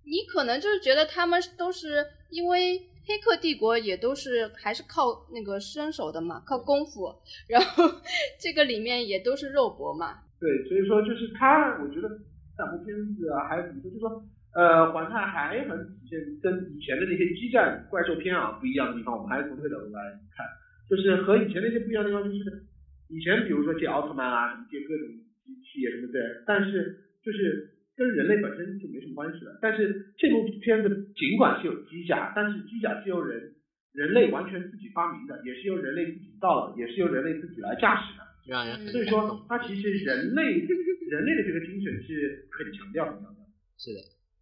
Speaker 1: 你可能就是觉得他们都是因为黑客帝国也都是还是靠那个身手的嘛，靠功夫，然后 这个里面也都是肉搏嘛，
Speaker 3: 对，所以说就是他，我觉得这两部片子啊，还有怎么说，就说呃，环太还很体现跟以前的那些激战怪兽片啊不一样的地方，我们还是从这个角度来看，就是和以前那些不一样的地方，就是以前比如说借奥特曼啊，什么借各种机器啊什么的，但是就是。跟人类本身就没什么关系了，但是这部片子尽管是有机甲，但是机甲是由人人类完全自己发明的，也是由人类自己造的，也是由人类自己来驾驶的。
Speaker 2: 就让人很
Speaker 3: 所以
Speaker 2: 感
Speaker 3: 说
Speaker 2: 动。，
Speaker 3: 它其实人类人类的这个精神是很强调很强调的。
Speaker 2: 是的，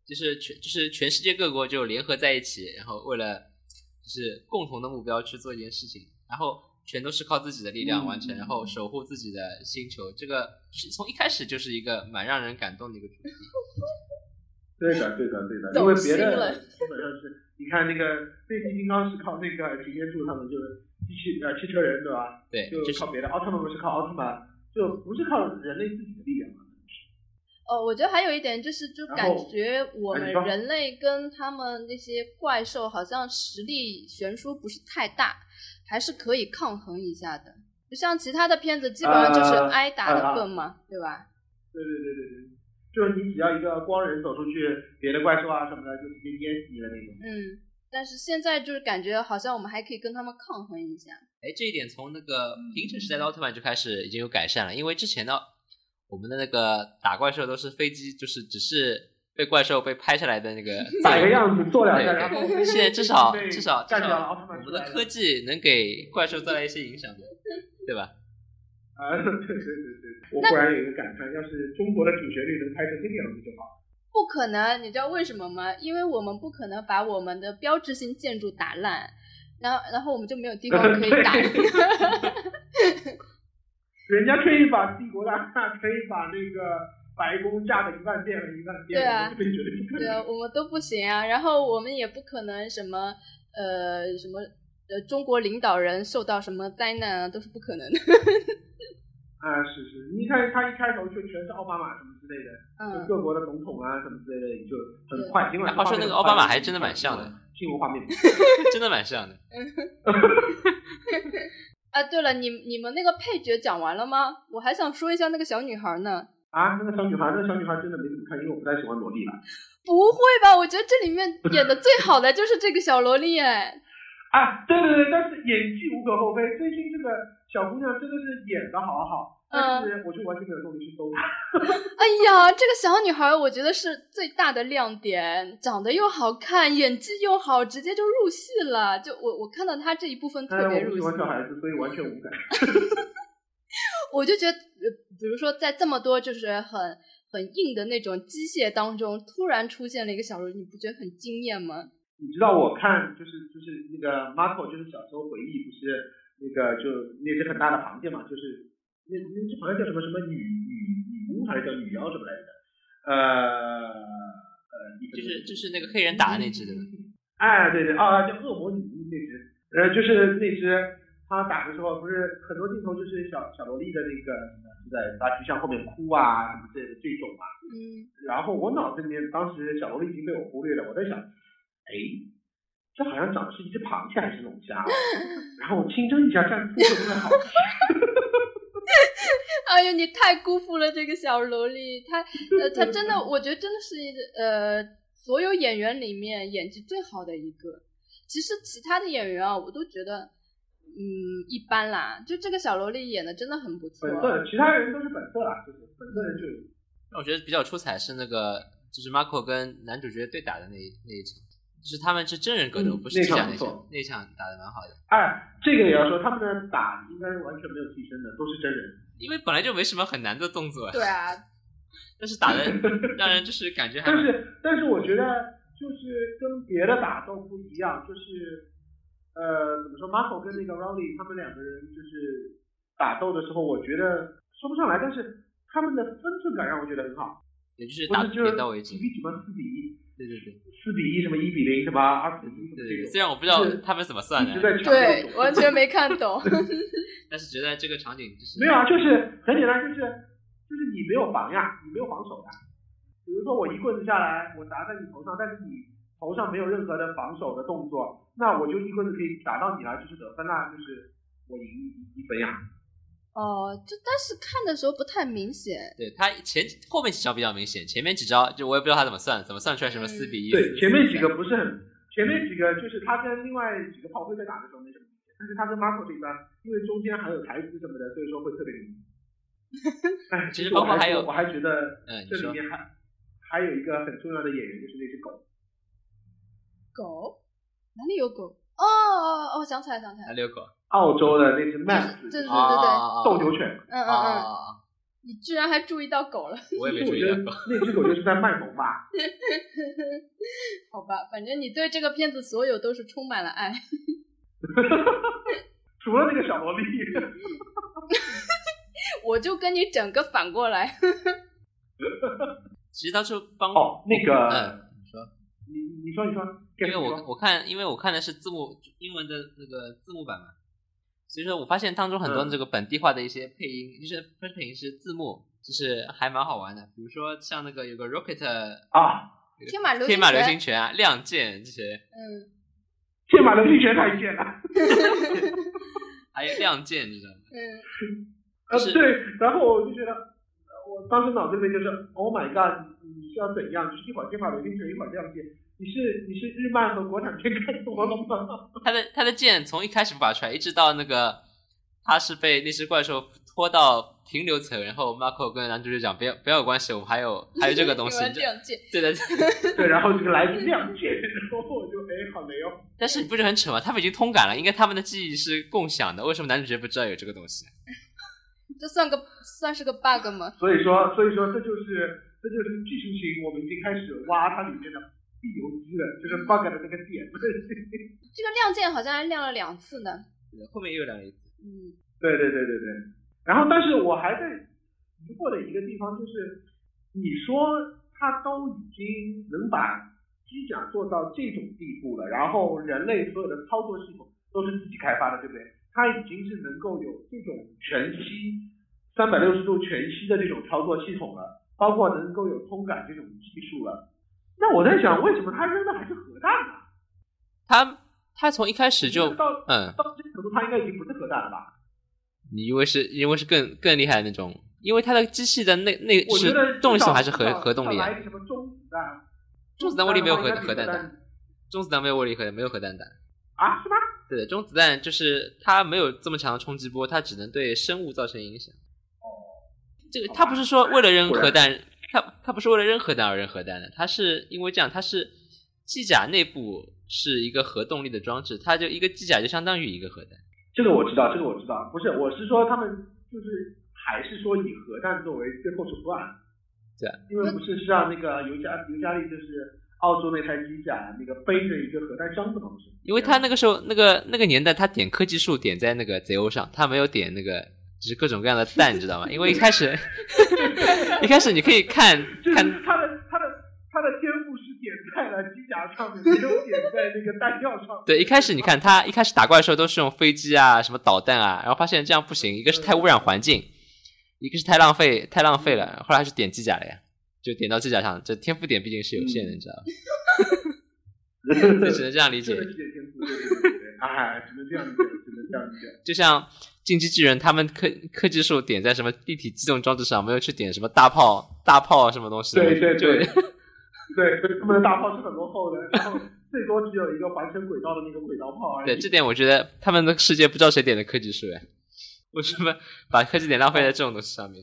Speaker 2: 就是全就是全世界各国就联合在一起，然后为了就是共同的目标去做一件事情，然后全都是靠自己的力量完成，
Speaker 3: 嗯
Speaker 2: 然后守护自己的星球。这个是从一开始就是一个蛮让人感动的一个主题。
Speaker 3: 对的，对的，对的，因
Speaker 1: 走
Speaker 3: 为
Speaker 1: 心
Speaker 3: 别的
Speaker 1: 了
Speaker 3: 基本上是，你看那个变形金刚是靠那个擎天柱他们就是机器呃汽车人对吧？
Speaker 2: 对，
Speaker 3: 就
Speaker 2: 就是
Speaker 3: 靠别的，奥特曼是靠奥特曼，就不是靠人类自己的力量嘛。
Speaker 1: 哦，我觉得还有一点就是，就
Speaker 3: 然
Speaker 1: 感
Speaker 3: 后
Speaker 1: 觉我
Speaker 3: 哎你
Speaker 1: 们
Speaker 3: 说
Speaker 1: 人类跟他们那些怪兽好像实力悬殊不是太大，还是可以抗衡一下的。不像其他的片子，基本上就是
Speaker 3: 呃
Speaker 1: 挨打的
Speaker 3: 呃
Speaker 1: 份嘛，对吧？
Speaker 3: 对对对对对，就是你只要一个光人走出去，别的怪兽啊什么的就直接淹死你了那种。
Speaker 1: 嗯，但是现在就是感觉好像我们还可以跟他们抗衡一下。
Speaker 2: 哎，这一点从那个
Speaker 3: 嗯
Speaker 2: 平成时代的奥特曼就开始已经有改善了，因为之前的我们的那个打怪兽都是飞机，就是只是被怪兽被拍下来的那 个
Speaker 3: 摆个样子，做两
Speaker 2: 对
Speaker 3: 下，然后
Speaker 2: 现在至少
Speaker 3: 被
Speaker 2: 至少至
Speaker 3: 干掉了奥
Speaker 2: 少
Speaker 3: 特
Speaker 2: 我
Speaker 3: 曼出
Speaker 2: 们
Speaker 3: 来
Speaker 2: 的
Speaker 3: 了。
Speaker 2: 科技能给怪兽带来一些影响的，对吧？
Speaker 3: 啊，对对对对，我忽然有一个感叹，要是中国的主旋律能拍成这个样子就好。
Speaker 1: 不可能，你知道为什么吗？因为我们不可能把我们的标志性建筑打烂，然后然后我们就没有地方可以 打。
Speaker 3: 人家可以把帝国大厦，可以把那个白宫炸的一万遍了一万遍，
Speaker 1: 对啊
Speaker 3: 我就觉得不可
Speaker 1: 对
Speaker 3: 能。
Speaker 1: 啊，我们都不行啊。然后我们也不可能什么呃什么呃中国领导人受到什么灾难啊，都是不可能的。
Speaker 3: 啊，是是，你看他一开头就全是奥巴马什么之类的，就
Speaker 1: 嗯，
Speaker 3: 各国的总统啊什么之类的，你就很快。尽管
Speaker 2: 哎话说那个奥巴马还真的蛮像的，
Speaker 3: 进入画面。
Speaker 2: 真的蛮像的。
Speaker 1: 啊，对了，你你们那个配角讲完了吗？我还想说一下那个小女孩呢。
Speaker 3: 啊，那个小女孩，那个小女孩真的没怎么看，因为我不太喜欢萝莉了。
Speaker 1: 不会吧？我觉得这里面演的最好的就是这个小萝莉哎。
Speaker 3: 啊，对对对，但是演技无可厚非。最近这个小姑娘真的是演的好好，但
Speaker 1: 嗯
Speaker 3: 是我就完全没有动力去搜她。
Speaker 1: 哎呀，这个小女孩我觉得是最大的亮点，长得又好看，演技又好，直接就入戏了。就我我看到她这一部分
Speaker 3: 但是
Speaker 1: 特别
Speaker 3: 哎呃我
Speaker 1: 入
Speaker 3: 不喜
Speaker 1: 戏，
Speaker 3: 欢小孩子，所以完全无感。
Speaker 1: 我就觉得，呃比如说在这么多就是很很硬的那种机械当中，突然出现了一个小人，你不觉得很惊艳吗？
Speaker 3: 你知道我看就是就是那个 Marco 就是小时候回忆不是那个就那只很大的螃蟹嘛，就是那那只螃蟹叫什么什么女女女巫还是叫女妖什么来着？呃呃，一
Speaker 2: 就
Speaker 3: 分钟
Speaker 2: 是就是那个黑人打的那只对吧？
Speaker 3: 哎，对对，啊，叫恶魔女巫那只，呃，就是那只，他打的时候不是很多镜头就是小小萝莉的那个什么就在垃圾箱后面哭啊什么之类的这种嘛。
Speaker 1: 嗯，
Speaker 3: 然后我脑子里面当时小萝莉已经被我忽略了，我在想，哎，这好像长的是一只螃蟹还是龙虾哦？ 然后我清蒸一下，蘸醋会不会好吃？
Speaker 1: 哎呀，你太辜负了这个小萝莉， 她呃她真的，我觉得真的是一呃所有演员里面演技最好的一个。其实其他的演员啊，我都觉得嗯一般啦，就这个小萝莉演的真的很不错。
Speaker 3: 本色，其他人都是本色啦，就是本色人就
Speaker 2: 让我觉得比较出彩是那个就是 Marco 跟男主角对打的那一那一场，就是他们是真人格斗，
Speaker 3: 嗯
Speaker 2: 不是机甲那
Speaker 3: 那场
Speaker 2: 场
Speaker 3: 不错，
Speaker 2: 那场打的蛮好的，
Speaker 3: 哎，这个也要说，他们的打应该完全没有替身的，都是真人。
Speaker 2: 因为本来就没什么很难的动作，
Speaker 1: 对啊，
Speaker 2: 但是 打的让人就是感觉还
Speaker 3: 但
Speaker 2: 蛮
Speaker 3: 是但是我觉得就是跟别的打斗不一样，就是呃怎么说，Marco 跟那个 Rowley 他们两个人就是打斗的时候，我觉得说不上来，但是他们的分寸感让我觉得很好。
Speaker 2: 也就是
Speaker 3: 不
Speaker 2: 打
Speaker 3: 是就是
Speaker 2: 点到为止
Speaker 3: 几。比几吗？四比一，
Speaker 2: 对对对
Speaker 3: 四比一什么一比零什么二比一什么
Speaker 2: 对
Speaker 3: 这
Speaker 2: 对，
Speaker 3: 种，
Speaker 2: 虽然我不知道
Speaker 3: 就是
Speaker 2: 他们怎么算
Speaker 3: 一
Speaker 2: 的，
Speaker 3: 直在抢这
Speaker 1: 对，
Speaker 3: 种
Speaker 1: 完全没看 懂。
Speaker 2: 但是觉得这个场景就是
Speaker 3: 没有啊，就是很简单，就是就是你没有防呀，你没有防守呀。比如说我一棍子下来，我砸在你头上，但是你头上没有任何的防守的动作，那我就一棍子可以打到你了，就是得分啦，就是我赢一分呀。
Speaker 1: 哦，就但是看的时候不太明显。
Speaker 2: 对他前后面几招比较明显，前面几招就我也不知道他怎么算，怎么算出来什么四比一、
Speaker 3: 对，前面几个不是很，前面几个就是他跟另外几个炮灰在打的时候没什么明显，但是他跟 Marco 这一段，因为中间还有台词什么的，所以说会特别明显。 哎，
Speaker 2: 其实包
Speaker 3: 我
Speaker 2: 括还
Speaker 3: 觉
Speaker 2: 有
Speaker 3: 我还觉得
Speaker 2: 嗯，你
Speaker 3: 这里
Speaker 2: 说
Speaker 3: 面还还有一个很重要的演员就是那只狗。
Speaker 1: 狗？哪里有狗？哦哦哦，想起来，想起来
Speaker 2: 啊，遛狗，
Speaker 3: 澳洲的那只 Max
Speaker 1: 对对对
Speaker 2: 啊
Speaker 3: 斗牛犬，
Speaker 1: 嗯嗯
Speaker 2: 啊
Speaker 1: 嗯，
Speaker 2: 啊啊啊
Speaker 1: 你居然还注意到狗了？
Speaker 2: 我也没注
Speaker 3: 其实我
Speaker 2: 意啊
Speaker 3: 觉得
Speaker 2: 到过。
Speaker 3: 那只狗就是在卖萌吧。
Speaker 1: 好吧，反正你对这个片子所有都是充满了爱。
Speaker 3: 除了那个小萝莉，
Speaker 2: 嗯
Speaker 1: 我就跟你整个反过来。
Speaker 2: 其实当初帮
Speaker 3: 哦，那个，
Speaker 2: 嗯，你说，
Speaker 3: 你你说你说，
Speaker 2: 因为
Speaker 3: 跟你
Speaker 2: 我
Speaker 3: 说
Speaker 2: 我看，因为我看的是字幕英文的那个字幕版嘛，所以说我发现当中很多
Speaker 3: 嗯
Speaker 2: 这个本地化的一些配音，就是不是配音是字幕，就是还蛮好玩的。比如说像那个有个 Rocket
Speaker 3: 啊，
Speaker 1: 天马流
Speaker 2: 天马
Speaker 1: 星
Speaker 2: 流
Speaker 1: 拳
Speaker 2: 星拳啊、亮剑这些，
Speaker 1: 嗯
Speaker 3: 天马流星拳太贱了。
Speaker 2: 还有亮剑，你知道吗？
Speaker 1: 嗯，
Speaker 3: 呃，
Speaker 2: 是
Speaker 3: 对，然后我就觉得，呃我当时脑子里面就是，Oh my god，你是要怎样？就是一会儿天马流星拳，一会儿亮剑，你是你是日漫和国产片看多了吗？
Speaker 2: 他的他的剑从一开始拔出来，一直到那个他是被那只怪兽拖到平流层，然后 Marco 跟男主角讲不要不要有关系，我还有还有这个东西
Speaker 1: 有，人
Speaker 2: 你就
Speaker 1: 亮剑，
Speaker 2: 对的。
Speaker 3: 对，然后这个来自亮剑，然后我就哎，好雷哦。
Speaker 2: 但是你不觉得很扯吗？他们已经通感了，应该他们的记忆是共享的，为什么男主角不知道有这个东西？
Speaker 1: 这算个算是个 bug 吗？
Speaker 3: 所以说，所以说这就是这就是技术性，我们已经开始挖它里面的必由基了，就是 bug 的那个点。
Speaker 1: 这个亮剑好像还亮了两次呢。
Speaker 2: 后面又聊了一次，
Speaker 1: 嗯，
Speaker 3: 对对对对对。然后，但是我还在疑惑的一个地方就是，你说他都已经能把机甲做到这种地步了，然后人类所有的操作系统都是自己开发的，对不对？它已经是能够有这种全息、三百六十度全息的这种操作系统了，包括能够有通感这种技术了。那我在想，为什么他扔的还是核弹呢？
Speaker 2: 他他从一开始就
Speaker 3: 到
Speaker 2: 嗯，
Speaker 3: 到这个程度，他应该已经不是核弹了吧？
Speaker 2: 你因为是因为是更更厉害的那种，因为他的机器的内内
Speaker 3: 我觉
Speaker 2: 是
Speaker 3: 得
Speaker 2: 动力系统
Speaker 3: 至少
Speaker 2: 还是核
Speaker 3: 至少
Speaker 2: 核动力
Speaker 3: 至少来
Speaker 2: 啊？
Speaker 3: 一个什么中子弹，
Speaker 2: 中子弹威力没有核
Speaker 3: 中子
Speaker 2: 核弹
Speaker 3: 的
Speaker 2: 大
Speaker 3: 话应该比
Speaker 2: 中子弹没有威力核没有核弹大，
Speaker 3: 啊？是吗？
Speaker 2: 对的，中子弹就是它没有这么强的冲击波，它只能对生物造成影响。这个他不是说为了扔核弹，他他不是为了扔核弹而扔核弹的，他是因为这样，他是机甲内部是一个核动力的装置，它就一个机甲就相当于一个核弹。
Speaker 3: 这个我知道，这个我知道，不是，我是说他们就是还是说以核弹作为最后手段。
Speaker 2: 对，啊
Speaker 3: 因为不是是让那个尤加尤加利就是澳洲那台机甲那个背着一个核弹箱子嘛，不是？
Speaker 2: 因为他那个时候那个那个年代，他点科技树点在那个 ZO 上，他没有点那个就是各种各样的弹，你知道吗？因为一开始 一开始你可以看
Speaker 3: 就是
Speaker 2: 看
Speaker 3: 他的他的他的天赋是点在了机甲上面，没有点在那个弹药上面。
Speaker 2: 对，一开始你看他一开始打怪兽都是用飞机啊、什么导弹啊，然后发现这样不行，一个是太污染环境，一个是太浪费太浪费了，后来还是点机甲了呀，就点到机甲上，这天赋点毕竟是有限的，你知道吧？就只能这样理
Speaker 3: 这
Speaker 2: 解
Speaker 3: 个。 是点天赋，嗯对对对对，哎，只能这样理解，只能这样理解。
Speaker 2: 就像进击巨人他们科科技树点在什么立体机动装置上，没有去点什么大炮、大炮啊什么东西的，
Speaker 3: 对对对
Speaker 2: 就
Speaker 3: 对，所以他们的大炮是很落后的，然后最多只有一个环程轨道的那个轨道炮而 已。
Speaker 2: 对，这点我觉得他们的世界不知道谁点的科技树哎， 为什么把科技点浪费在这种东西上面？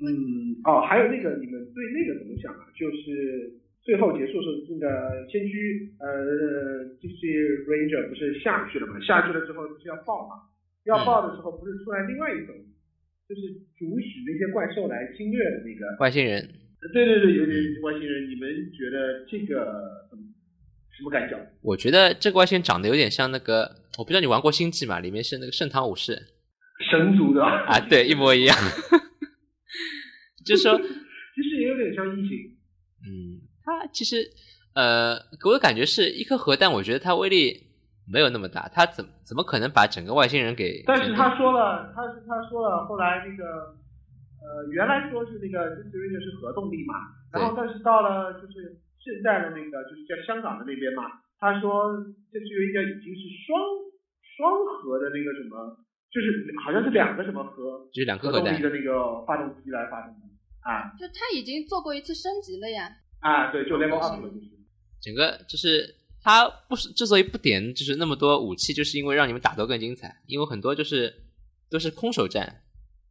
Speaker 3: 嗯，哦，还有那个，你们对那个怎么想啊？就是最后结束时候，那个先驱呃，就是 Ranger 不是下去了嘛？下去了之后不是要爆嘛？
Speaker 2: 嗯
Speaker 3: 要爆的时候不是出来另外一种，就是主使那些怪兽来侵略的那个。
Speaker 2: 外星人
Speaker 3: 对对对，有点外星人，你们觉得这个怎么什么感想？
Speaker 2: 我觉得这个外星人长得有点像那个，我不知道你玩过《星际》嘛？里面是那个圣堂武士
Speaker 3: 神族 的
Speaker 2: 啊，对，一模一样。就是说，
Speaker 3: 其实也有点有点像异形，
Speaker 2: 嗯，它其实呃，给我的感觉是一颗核弹，我觉得它威力没有那么大，它怎么怎么可能把整个外星人给？
Speaker 3: 但是他说了，他是他说了，后来那个呃，原来说是那个 d i s t r i 是核动力嘛，然后但是到了就是现在的那个就是在香港的那边嘛，他说 d i s t r i 已经是双双核的那个什么，就是好像是两个什么核
Speaker 2: 就是两颗核
Speaker 3: 核动
Speaker 2: 弹
Speaker 3: 力，的那个发动机来发动的啊
Speaker 1: 就他已经做过一次升级了呀。
Speaker 3: 啊，对，就 level up 了就是。
Speaker 2: 整个就是它不是之所以不点就是那么多武器，就是因为让你们打斗更精彩，因为很多就是都是空手战，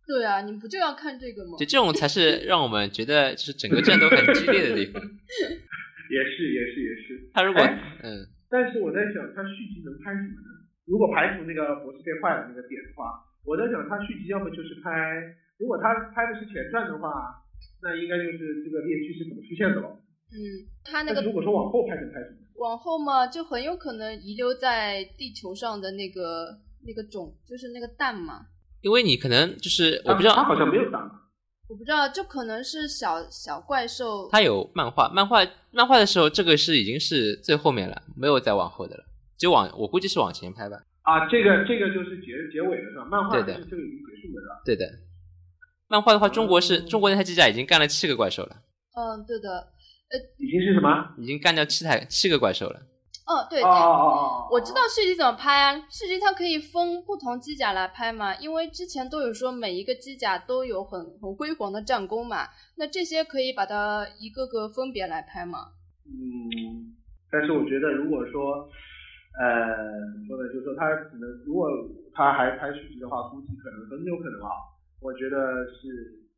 Speaker 1: 对啊，你不就要看这个吗
Speaker 2: 就？这种才是让我们觉得就是整个战斗很激烈的地方。
Speaker 3: 也是也是也是。
Speaker 2: 他如果
Speaker 3: 哎
Speaker 2: 嗯，
Speaker 3: 但是我在想，他续集能拍什么呢？如果排除那个博士变坏了那个点的话，我在想他续集要么就是拍，如果他拍的是前传的话，那应该就是这个猎区是怎么出现的了。
Speaker 1: 嗯，他那
Speaker 3: 但是
Speaker 1: 个
Speaker 3: 如果说往后拍能拍什么？
Speaker 1: 往后嘛，就很有可能遗留在地球上的那个那个种，就是那个蛋嘛。
Speaker 2: 因为你可能就是我不知
Speaker 3: 啊他
Speaker 2: 道
Speaker 3: 好像没有打嘛。
Speaker 1: 我不知道，就可能是小小怪兽。
Speaker 2: 他有漫画，漫画漫画的时候这个是已经是最后面了，没有再往后的了，就往我估计是往前拍吧。
Speaker 3: 啊，这个这个就是结结尾了是吧？漫画
Speaker 2: 对
Speaker 3: 就
Speaker 2: 的
Speaker 3: 是这个已经结束了是吧？
Speaker 2: 对的，漫画的话，中国是
Speaker 3: 嗯
Speaker 2: 中国那台机甲已经干了七个怪兽了，
Speaker 1: 嗯，对的。
Speaker 3: 已经是什么？
Speaker 2: 已经干掉七台七个怪兽了。
Speaker 1: 哦，对，
Speaker 3: 哦哦哦哦，
Speaker 1: 我知道续集怎么拍啊，续集它可以分不同机甲来拍嘛，因为之前都有说每一个机甲都有很很辉煌的战功嘛，那这些可以把它一个个分别来拍嘛。
Speaker 3: 嗯，但是我觉得如果说，呃，怎么说呢？就是说他只能，如果他还拍续集的话，估计可能很有可能啊，我觉得是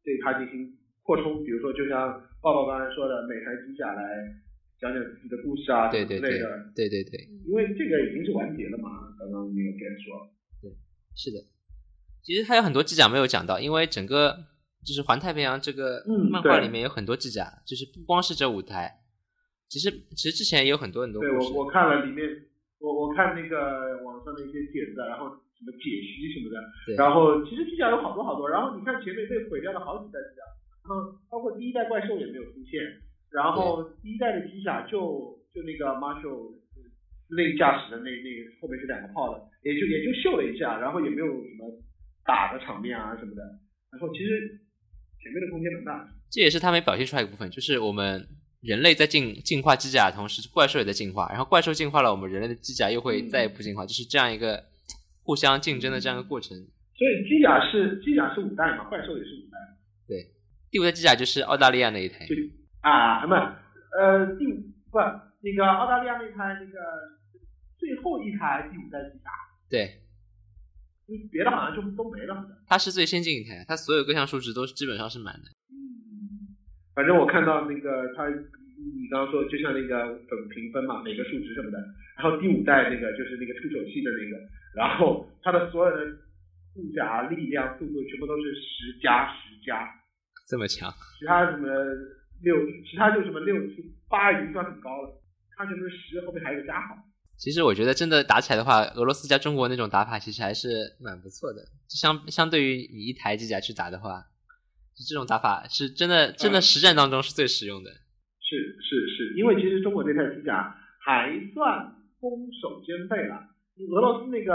Speaker 3: 对他进行扩充，比如说就像抱抱刚才说的，每台机甲来讲讲自己的故事啊，
Speaker 2: 对对
Speaker 3: 之类
Speaker 2: 对
Speaker 3: 的。
Speaker 2: 对对对，
Speaker 1: 嗯
Speaker 3: 因为这个已经是完结了嘛，刚刚那个 g 说，
Speaker 2: 是的。其实还有很多机甲没有讲到，因为整个就是环太平洋这个
Speaker 3: 嗯
Speaker 2: 漫画
Speaker 3: 对
Speaker 2: 里面有很多机甲，就是不光是这五台，其实其实之前也有很多很多
Speaker 3: 对
Speaker 2: 故事
Speaker 3: 我。我看了里面，我我看那个网上的一些帖子啊，然后什么解析什么的，
Speaker 2: 对
Speaker 3: 然后其实机甲有好多好多，然后你看前面被毁掉了好几代机甲，然后包括第一代怪兽也没有出现，然后第一代的机甲就就那个 Marshall 呃那个驾驶的那那个后面是两个炮的，也就也就秀了一下，然后也没有什么打的场面啊什么的，然后其实前面的空间蛮大的。
Speaker 2: 这也是他们表现出来一部分，就是我们人类在进进化机甲的同时，怪兽也在进化，然后怪兽进化了，我们人类的机甲又会
Speaker 3: 嗯
Speaker 2: 再一步进化，就是这样一个互相竞争的这样一个过程。
Speaker 3: 所以机甲是机甲是五代嘛，怪兽也是五代。
Speaker 2: 第五代机甲就是澳大利亚那一台，
Speaker 3: 就啊，不，呃，第五不那个澳大利亚那台那个最后一台第五代机甲，
Speaker 2: 对，
Speaker 3: 因为别的好像就都没了。好像
Speaker 2: 它是最先进一台，它所有各项数值都是基本上是满的。
Speaker 3: 嗯，反正我看到那个它，你刚刚说就像那个怎么评分嘛，每个数值什么的，然后第五代那个就是那个触手器的那个，然后它的所有的护甲、力量、速度全部都是十加十加，
Speaker 2: 这么强，
Speaker 3: 其他什么六，其他就什么六七八已经算很高了，它全部是十，后面还有个加号。
Speaker 2: 其实我觉得真的打起来的话，俄罗斯加中国那种打法其实还是蛮不错的。相相对于你一台机甲去打的话，就这种打法是真的真的
Speaker 3: 嗯
Speaker 2: 实战当中是最实用的。
Speaker 3: 是是是，因为其实中国这台机甲还算攻守兼备了。你俄罗斯那个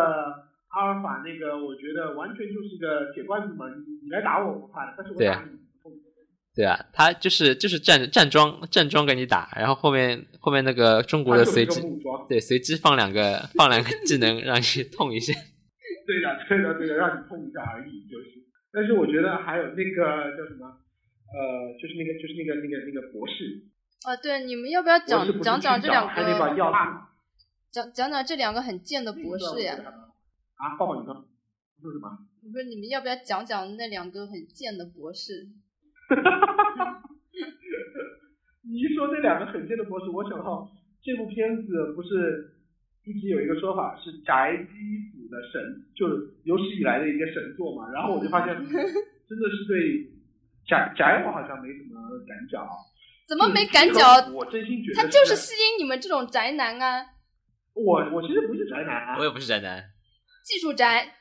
Speaker 3: 阿尔法那个，我觉得完全就是个铁罐子嘛，你你来打我我不怕的，但是我
Speaker 2: 对
Speaker 3: 打
Speaker 2: 啊
Speaker 3: 你。
Speaker 2: 对啊，他就是就是站站桩站桩给你打，然后后面后面那个中国
Speaker 3: 它
Speaker 2: 的
Speaker 3: 就是
Speaker 2: 随
Speaker 3: 个
Speaker 2: 机
Speaker 3: 木桩，
Speaker 2: 对随机放两个放两个技能让你痛一下。
Speaker 3: 对的对的对的，让你碰一下而已，就是。但是我觉得还有那个叫什么，呃，就是那个就是那个那个那个博士，
Speaker 1: 啊，对，你们要不要
Speaker 3: 博士不
Speaker 1: 讲讲
Speaker 3: 是
Speaker 1: 讲
Speaker 3: 去
Speaker 1: 这两
Speaker 3: 还得把
Speaker 1: 个
Speaker 3: 药打了
Speaker 1: 讲讲讲这两个很贱的博士呀？
Speaker 3: 啊，抱抱你说，说什么？
Speaker 1: 我说你们要不要讲讲那两个很贱的博士？
Speaker 3: 你一说这两个很贱的博士，我想到这部片子不是一直有一个说法是宅基腐的神，就是有史以来的一个神作嘛。然后我就 发现，真的是对宅宅我好像没什么感觉啊。
Speaker 1: 怎么没
Speaker 3: 就是
Speaker 1: 赶
Speaker 3: 这个
Speaker 1: 脚？
Speaker 3: 我真心觉得
Speaker 1: 他就是是吸引你们这种宅男啊，
Speaker 3: 我，我其实不是宅男 啊
Speaker 2: 我，也不是宅男，
Speaker 1: 技术宅。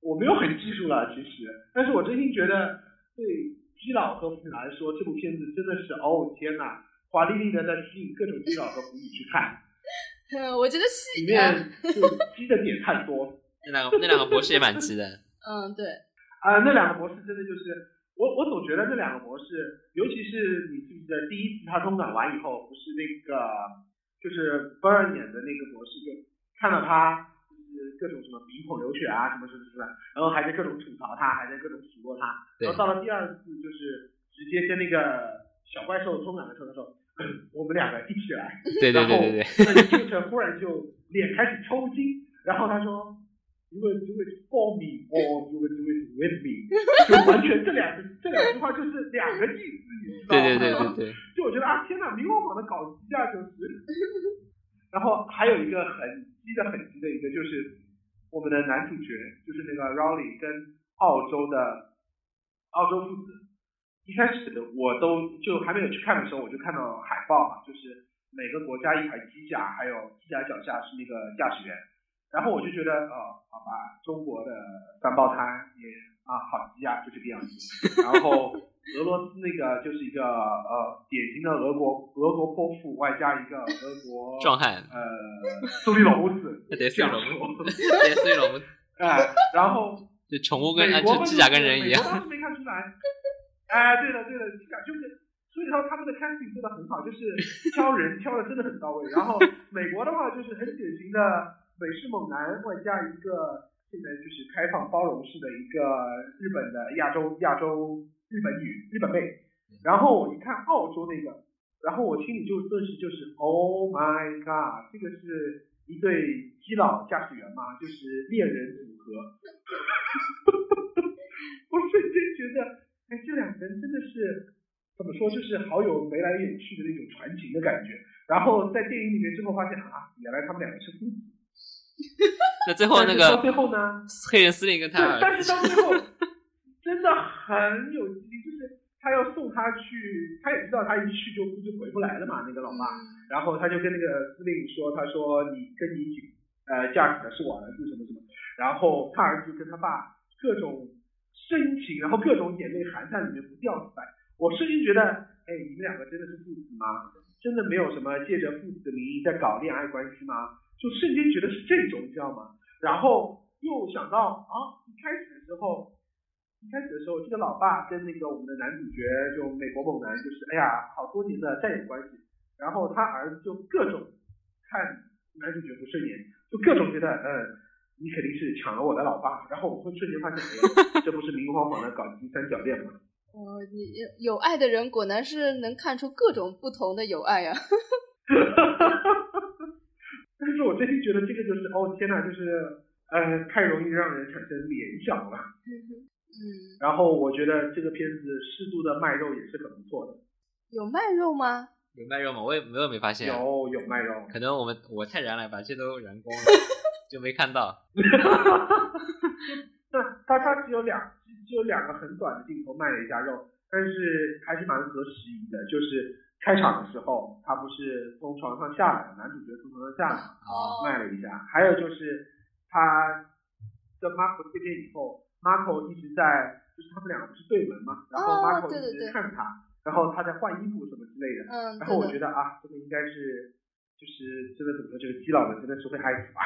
Speaker 3: 我没有很技术了其实，但是我真心觉得对基佬和腐男说，这部片子真的是哦天呐，华丽丽的在吸引各种基佬和腐女去看，
Speaker 1: 我觉得啊
Speaker 3: 里
Speaker 1: 是，
Speaker 3: 面就鸡的点太多。
Speaker 2: 那两个那两个博士也蛮鸡的，
Speaker 1: 嗯，对，
Speaker 3: 啊，那两个模式真的就是，我我总觉得那两个模式，尤其是你记不记得第一次他中转完以后，不是那个就是 Burn 演的那个模式，就看到他就是各种什么鼻孔流血啊，什么什么什么，然后还在各种吐槽他，还在各种数落他，
Speaker 2: 对
Speaker 3: 然后到了第二次就是直接跟那个小怪兽中转的时候，他 说。嗯我们两个一起来，
Speaker 2: 对对对对对，
Speaker 3: 对。那金晨忽然就脸开始抽筋，然后他说，You will do it for me or you will do it with me，就完全这两个这两句话就是两个意思，你知道吗？
Speaker 2: 对对对对对，
Speaker 3: 就我觉得啊，天哪，明王网的搞基啊，就是。然后还有一个很鸡的很鸡的一个就是我们的男主角，就是那个 Rowley 跟澳洲的澳洲父子。一开始我都就还没有去看的时候，我就看到海报嘛，就是每个国家一排机甲，还有机甲脚下是那个驾驶员。然后我就觉得，呃，好吧，中国的三胞胎也啊，好鸡啊，就这个样子。然后俄罗斯那个就是一个呃典型的俄国俄国泼妇，外加一个俄国
Speaker 2: 壮汉，
Speaker 3: 呃苏利罗姆斯
Speaker 2: 对
Speaker 3: 这
Speaker 2: 苏利
Speaker 3: 样
Speaker 2: 罗姆
Speaker 3: 说，
Speaker 2: 对，所以我们
Speaker 3: 哎，然后
Speaker 2: 就宠物跟
Speaker 3: 美
Speaker 2: 啊，
Speaker 3: 国
Speaker 2: 就
Speaker 3: 嘛
Speaker 2: 指
Speaker 3: 就
Speaker 2: 甲
Speaker 3: 是
Speaker 2: 跟人一样
Speaker 3: 美，国当时没看出来。哎，对了对了，机甲就是。所以说他们的 casting 做的很好，就是挑人挑的真的很到位。然后美国的话就是很典型的美式猛男，外加一个现在就是开放包容式的一个日本的亚洲亚洲日本女日本妹。
Speaker 2: 嗯
Speaker 3: 然后我一看澳洲那个，然后我心里就顿时就是 Oh my God，这个是一对基佬驾驶员吗？就是猎人组合。 我瞬间觉得，哎，这两个人真的是怎么说，就是好有眉来眼去的那种传情的感觉。然后在电影里面之后发现啊，原来他们两个是父子。
Speaker 2: 那最后那
Speaker 3: 但是到
Speaker 2: 个
Speaker 3: 最后呢，
Speaker 2: 黑人司令跟他
Speaker 3: 对，但
Speaker 2: 儿
Speaker 3: 是
Speaker 2: 子，
Speaker 3: 到最 后真的很有激励，就是他要送他去，他也知道他一去就估计回不来了嘛，那个老妈。然后他就跟那个司令说，他说你跟你一起呃驾驶的是我儿子什么什么，然后他儿子就跟他爸各种深情，然后各种眼泪含在里面不掉出来。我瞬间觉得，哎，你们两个真的是父子吗？真的没有什么借着父子的名义在搞恋爱关系吗？就瞬间觉得是这种，你知道吗？然后又想到啊，一开始的时候，一开始的时候，这个老爸跟那个我们的男主角，就美国猛男，就是哎呀，好多年的战友关系。然后他儿子就各种看男主角不顺眼，就各种觉得，嗯，你肯定是抢了我的老爸。然后我会瞬间发现，哎，这不是明晃晃的搞基三角恋吗？
Speaker 1: 哦，你有有爱的人果然是能看出各种不同的有爱啊呀、
Speaker 3: 但是我真心觉得这个就是，哦天呐，就是，呃，太容易让人产生联想了。
Speaker 1: 嗯，
Speaker 3: 然后我觉得这个片子适度的卖肉也是很不错的，
Speaker 1: 有卖肉吗？
Speaker 2: 有卖肉吗？我也我也没发现，
Speaker 3: 有有卖肉。
Speaker 2: 可能我们我太燃了，把这都燃 光了，就没看到。
Speaker 3: 那它它只有两只有两个很短的镜头卖了一下肉，但是还是蛮合时宜的。就是开场的时候，他不是从床上下来，男主角从床上下来
Speaker 2: 哦
Speaker 3: 卖了一下。还有就是他跟 Marco 见面以后，Marco 一直在就是他们两个不是对门嘛，然后
Speaker 1: 哦
Speaker 3: Marco
Speaker 1: 对对
Speaker 3: 一直
Speaker 1: 对
Speaker 3: 看他，然后他在换衣服什么之类的。
Speaker 1: 嗯，
Speaker 3: 然后我
Speaker 1: 对
Speaker 3: 觉
Speaker 1: 的。
Speaker 3: 得啊，这个应该是就是真的怎么说，这个基佬们真的是会害死吧。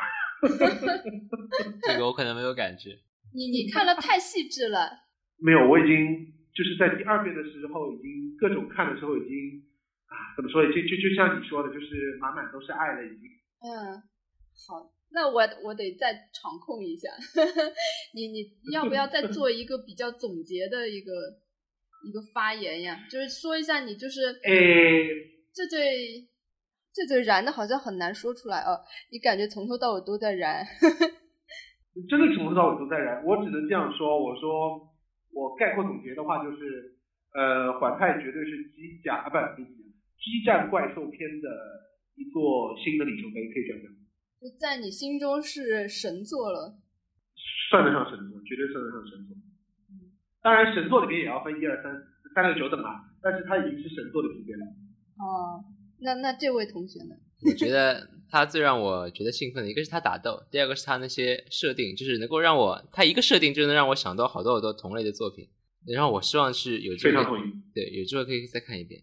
Speaker 2: 这个我可能没有感觉。
Speaker 1: 你你看了太细致了，
Speaker 3: 没有，我已经就是在第二遍的时候，已经各种看的时候，已经啊，怎么说？就就就像你说的，就是满满都是爱了，已经。
Speaker 1: 嗯，好，那我我得再场控一下， 你 你要不要再做一个比较总结的一个一个发言呀？就是说一下你就是
Speaker 3: 诶，
Speaker 1: 这对这对燃的好像很难说出来哦，你感觉从头到尾都在燃，
Speaker 3: 真的从头到尾都在燃，我只能这样说。我说，我概括总结的话就是，呃，环太绝对是机甲啊，不，不是机甲激战怪兽片的一座新的里程碑，可以这样讲，
Speaker 1: 就在你心中是神作了。
Speaker 3: 算得上神作，绝对算得上神作。当然，神作里面也要分一二三三六九等啊，但是它已经是神作的级别了。
Speaker 1: 哦，那那这位同学呢？
Speaker 2: 我觉得他最让我觉得兴奋的，一个是他打斗，第二个是他那些设定，就是能够让我他一个设定就能让我想到好多好多同类的作品。然后我希望是有机
Speaker 3: 非
Speaker 2: 会
Speaker 3: 常，同意。
Speaker 2: 对，有机会可以再看一遍。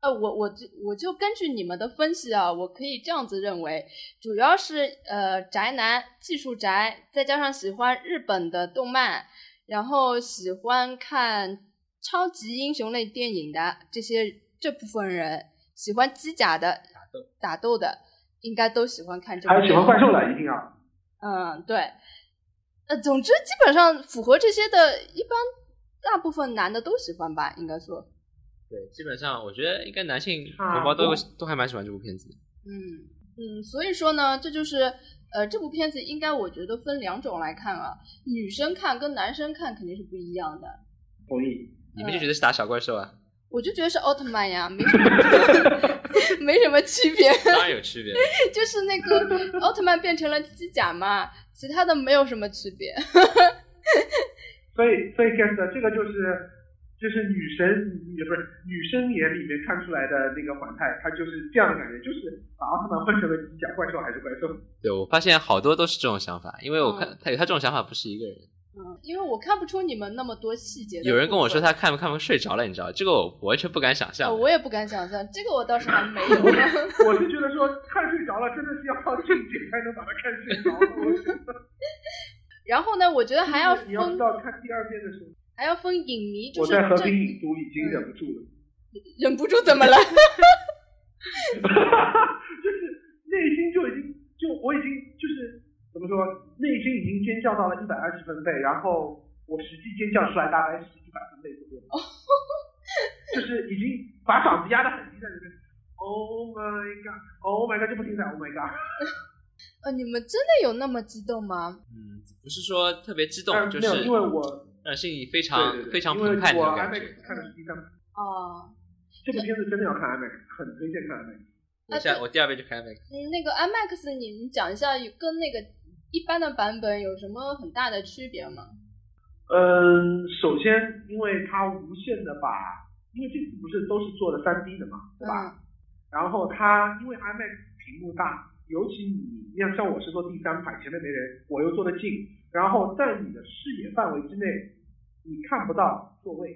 Speaker 1: 呃，我我就我就根据你们的分析啊，我可以这样子认为，主要是呃宅男、技术宅，再加上喜欢日本的动漫，然后喜欢看超级英雄类电影的这些这部分人，喜欢机甲的、打斗打斗的，应该都喜欢看这个。
Speaker 3: 还有喜欢怪兽的，一定要。
Speaker 1: 嗯，对。呃，总之基本上符合这些的，一般大部分男的都喜欢吧，应该说，
Speaker 2: 对，基本上我觉得应该男性
Speaker 3: 差
Speaker 2: 同胞都有
Speaker 3: 不
Speaker 2: 都还蛮喜欢这部片子的。
Speaker 1: 嗯嗯，所以说呢，这就是呃，这部片子应该我觉得分两种来看啊，女生看跟男生看肯定是不一样的。
Speaker 3: 同意。
Speaker 2: 你们就觉得是打小怪 兽啊？
Speaker 1: 我就觉得是奥特曼呀，没什么 没什么区别，
Speaker 2: 当然有区别。
Speaker 1: 就是那个奥特曼变成了机甲嘛，其他的没有什么区别。
Speaker 3: 所以，所以 guess 这个就是就是女神也不是女生眼里面看出来的那个环太，她就是这样的感觉，就是把奥特曼换成了机甲怪兽还是怪 兽。
Speaker 2: 对，我发现好多都是这种想法，因为我看
Speaker 1: 嗯
Speaker 2: 他有他这种想法不是一个人。
Speaker 1: 嗯，因为我看不出你们那么多细节的部分。
Speaker 2: 有人跟我说他看不看不睡着了，你知道？这个我完全不敢想象
Speaker 1: 哦，。我也不敢想象，这个我倒是还没有。
Speaker 3: 我是觉得说看睡着了，真的是要靠正经才能把它看睡着。
Speaker 1: 然后呢，我觉得还要
Speaker 3: 你要知
Speaker 1: 分，
Speaker 3: 道看第二遍的时候，
Speaker 1: 还要分影迷，就
Speaker 3: 我
Speaker 1: 是
Speaker 3: 在和
Speaker 1: 这
Speaker 3: 平影都已经忍不住了，
Speaker 1: 忍不住怎么了？
Speaker 3: 就是内心就已经就我已经就是怎么说，内心已经尖叫到了一百二十分贝，然后我实际尖叫出来大概是一百分贝左右，就是已经把嗓子压得很低在那边。Oh my god! Oh my god! 就不停在 Oh my god！
Speaker 1: 呃，你们真的有那么激动吗？
Speaker 2: 嗯，不是说特别激动，
Speaker 3: 但
Speaker 2: 就是是
Speaker 3: 没有，因为我
Speaker 2: 让心呃里非常
Speaker 3: 对对对，
Speaker 2: 非常
Speaker 3: 因为
Speaker 2: 澎湃的
Speaker 3: 我
Speaker 2: 感觉。
Speaker 3: IMAX 看的是第三部，
Speaker 1: 哦，
Speaker 3: 这部片子真的要看 IMAX，很推荐看 IMAX。
Speaker 2: 我下我第二遍就看 IMAX，
Speaker 1: 嗯，那个 IMAX，你们讲一下有跟那个一般的版本有什么很大的区别吗？
Speaker 3: 嗯，首先，因为它无限的把，因为这次不是都是做的 3D 的嘛，对吧？
Speaker 1: 嗯
Speaker 3: 然后它因为 IMAX 屏幕大，尤其你像像我是坐第三排，前面没人，我又坐得近，然后在你的视野范围之内，你看不到座位，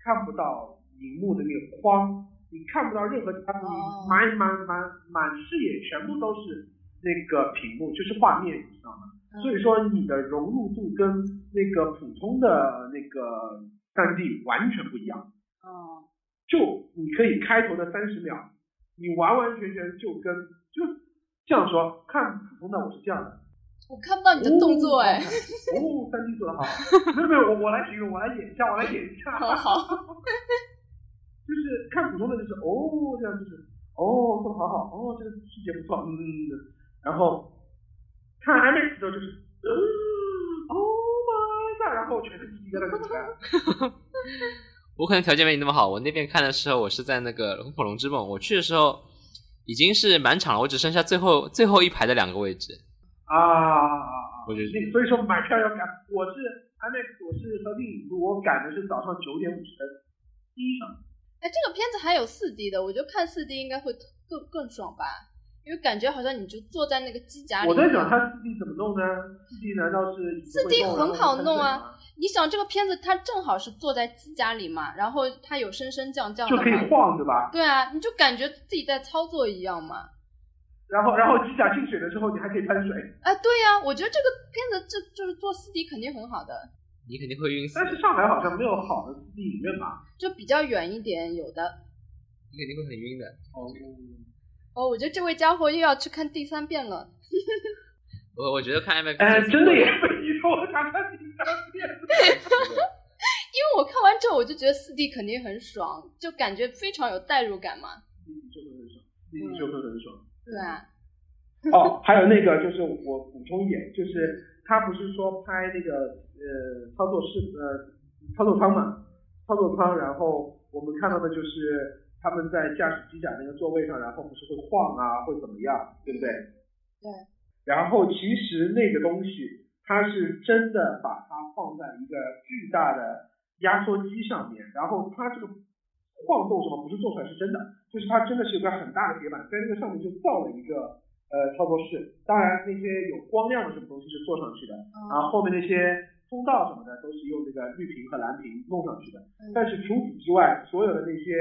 Speaker 3: 看不到荧幕的那个框，你看不到任何地方，
Speaker 1: 哦
Speaker 3: 你满满满满视野全部都是那个屏幕，就是画面，你知道吗？
Speaker 1: 嗯
Speaker 3: 所以说你的融入度跟那个普通的那个战地完全不一样。
Speaker 1: 哦，
Speaker 3: 就你可以开头的三十秒，你完完全全就跟就这样说，看普通的我是这样的，
Speaker 1: 我看不到你的动作哎。
Speaker 3: 哦，三 D 做的好，没有没有，我我来形容，我来演一下，我来演一下，
Speaker 1: 好好，
Speaker 3: 就是看普通的就是哦这样就是哦做的好好，哦这个细节不错，嗯，然后看 IMAX 的时候就是，嗯，Oh my god，然后全是鸡皮疙瘩就起来了。
Speaker 2: 我可能条件没你那么好。我那边看的时候，我是在那个《龙火龙之梦》，我去的时候已经是满场了，我只剩下最后最后一排的两个位置。
Speaker 3: 啊，
Speaker 2: 我觉得
Speaker 3: 那所以说买票要赶，我是 IMAX，我是和电影部，我赶的是早上九点五十的第一场。
Speaker 1: 哎，这个片子还有四 D 的，我觉得看四 D 应该会更更爽吧，因为感觉好像你就坐在那个机甲里
Speaker 3: 我
Speaker 1: 面。
Speaker 3: 在想它四 D 怎么弄呢？四 D 难道是
Speaker 1: 四 D 很好弄啊，你想这个片子，它正好是坐在机甲里嘛，然后它有升升降降
Speaker 3: 就
Speaker 1: 的
Speaker 3: 可以
Speaker 1: 嘛，
Speaker 3: 晃对吧？
Speaker 1: 对啊，你就感觉自己在操作一样嘛。
Speaker 3: 然后然后机甲进水的时候你还可以喷水，
Speaker 1: 啊，对呀、我觉得这个片子这就是做四 D 肯定很好的，
Speaker 2: 你肯定会 晕死
Speaker 3: 但
Speaker 2: 的，
Speaker 3: 是上海好像没有好的四 D 影院吧？
Speaker 1: 就比较远一点有的。
Speaker 2: 你肯定会很晕的。
Speaker 3: 哦，
Speaker 1: 哦，我觉得这位家伙又要去看第三遍了。
Speaker 2: 我我觉得看 IMAX，
Speaker 3: 哎，真的耶！你说我想看第三 遍，
Speaker 1: 因为我看完之后，我就觉得四 D 肯定很爽，就感觉非常有代入感嘛。
Speaker 3: 四 D 就会很爽，四 D 就会很爽。
Speaker 1: 对啊，
Speaker 3: 哦，还有那个就是我补充一点，就是他不是说拍那个呃操作室呃操作舱嘛，操作舱，然后我们看到的就是他们在驾驶机甲那个座位上，然后不是会晃啊，会怎么样，对不对？
Speaker 1: 对。
Speaker 3: 然后其实那个东西，它是真的把它放在一个巨大的压缩机上面，然后它这个晃动什么不是做出来是真的，就是它真的是有个很大的铁板，在那个上面就造了一个呃操作室。当然那些有光亮的什么东西是做上去的，然
Speaker 1: 嗯
Speaker 3: 后后面那些通道什么的都是用那个绿屏和蓝屏弄上去的。
Speaker 1: 嗯
Speaker 3: 但是除此之外，所有的那些